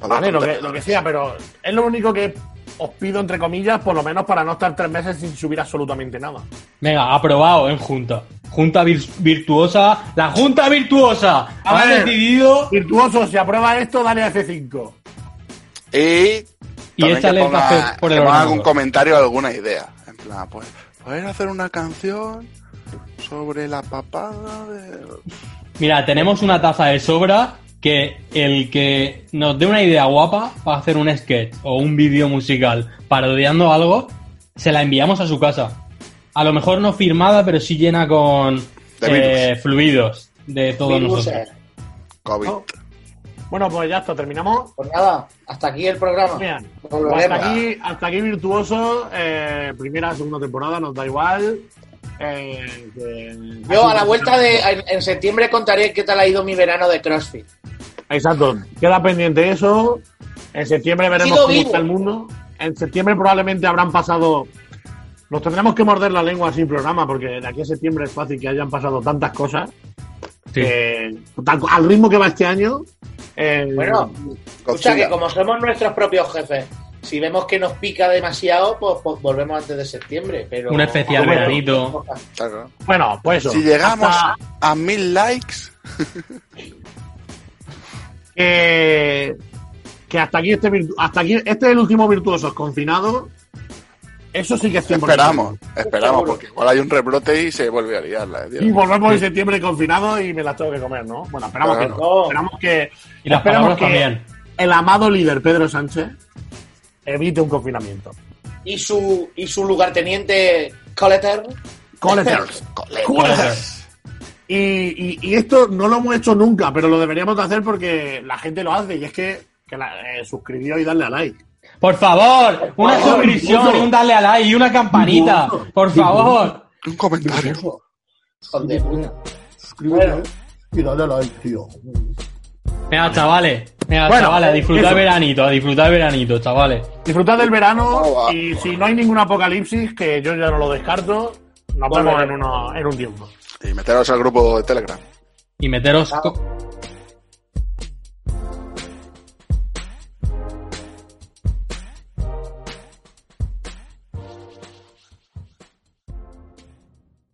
C: O
D: Vale,
C: dos
D: lo que,
C: contenedores.
D: lo que sea, pero es lo único que os pido, entre comillas, por lo menos para no estar tres meses sin subir absolutamente nada.
A: Venga, aprobado en junta. Junta vir- virtuosa. La junta virtuosa.
D: A
A: Ha
D: ver.
A: decidido
D: Virtuoso, si aprueba esto, dale a F5.
C: Y, también
A: échale el
C: que ponga,
A: café por
C: que
A: el
C: ponga
A: ordenador.
C: algún comentario o alguna idea. En plan, pues, poder hacer una canción sobre la papada de...
A: Mira, tenemos una taza de sobra que el que nos dé una idea guapa para hacer un sketch o un vídeo musical parodiando algo, se la enviamos a su casa. A lo mejor no firmada, pero sí llena con
C: De
A: eh, fluidos de todos
B: Mil
A: nosotros.
B: luces.
C: COVID.
D: No. Bueno, pues ya está, terminamos.
B: Pues nada, hasta aquí el programa.
D: Bien.
B: Volveremos.
D: Hasta aquí, hasta aquí Virtuoso, eh, primera, segunda temporada, nos da igual. Eh, que-
B: Yo a la vuelta de en, en septiembre contaré qué tal ha ido mi verano de CrossFit.
D: Exacto, queda pendiente eso. En septiembre veremos
B: Sigo
D: cómo
B: vivo.
D: está el mundo. En septiembre probablemente habrán pasado. Nos tendremos que morder la lengua sin programa, porque de aquí a septiembre es fácil que hayan pasado tantas cosas.
B: eh.
A: Sí.
D: que- tal- al ritmo que va este año. eh,
B: Bueno, escucha
C: Godzilla.
B: que como somos nuestros propios jefes si vemos que nos pica demasiado, pues, pues volvemos antes de septiembre. Pero
A: Un especial
B: Bueno,
A: veranito.
C: Claro.
D: Bueno, pues eso.
C: Si llegamos
D: Hasta
C: a mil likes,
D: que, que hasta aquí este virtu- hasta aquí este es el último virtuoso confinado. Eso sí que es 100%.
C: esperamos, esperamos,
B: Seguro.
C: porque igual hay un rebrote y se vuelve a liarla. eh, tío.
D: Y volvemos en septiembre confinados y me las tengo que comer, ¿no? Bueno, esperamos
C: Claro.
D: que no. Esperamos que
A: Y las
D: esperamos
A: palabras
D: que
A: también.
D: el amado líder Pedro Sánchez evite un confinamiento.
B: Y su, y su lugarteniente Coleter.
C: Este
D: Coleters.
C: Cole-
D: Coleters. Y, y- y esto no lo hemos hecho nunca, pero lo deberíamos de hacer porque la gente lo hace y es que, que la- eh, suscribíos y darle a like.
A: Por favor, una
D: favor,
A: suscripción
D: incluso.
A: y un darle a like y una campanita.
D: Incluso.
A: Por favor.
C: Un comentario.
B: Joder, puta.
D: Suscríbete
B: Bueno.
D: y dale a like, tío.
A: Venga, chavales. Venga,
D: Bueno,
A: chavales, a disfrutar
D: eso.
A: veranito, a disfrutar veranito, chavales.
D: Disfrutad del verano
C: Vamos,
D: y si no hay ningún apocalipsis, que yo ya no lo descarto, nos vemos en, uno, en un tiempo.
C: Y meteros al grupo de Telegram.
A: Y meteros co-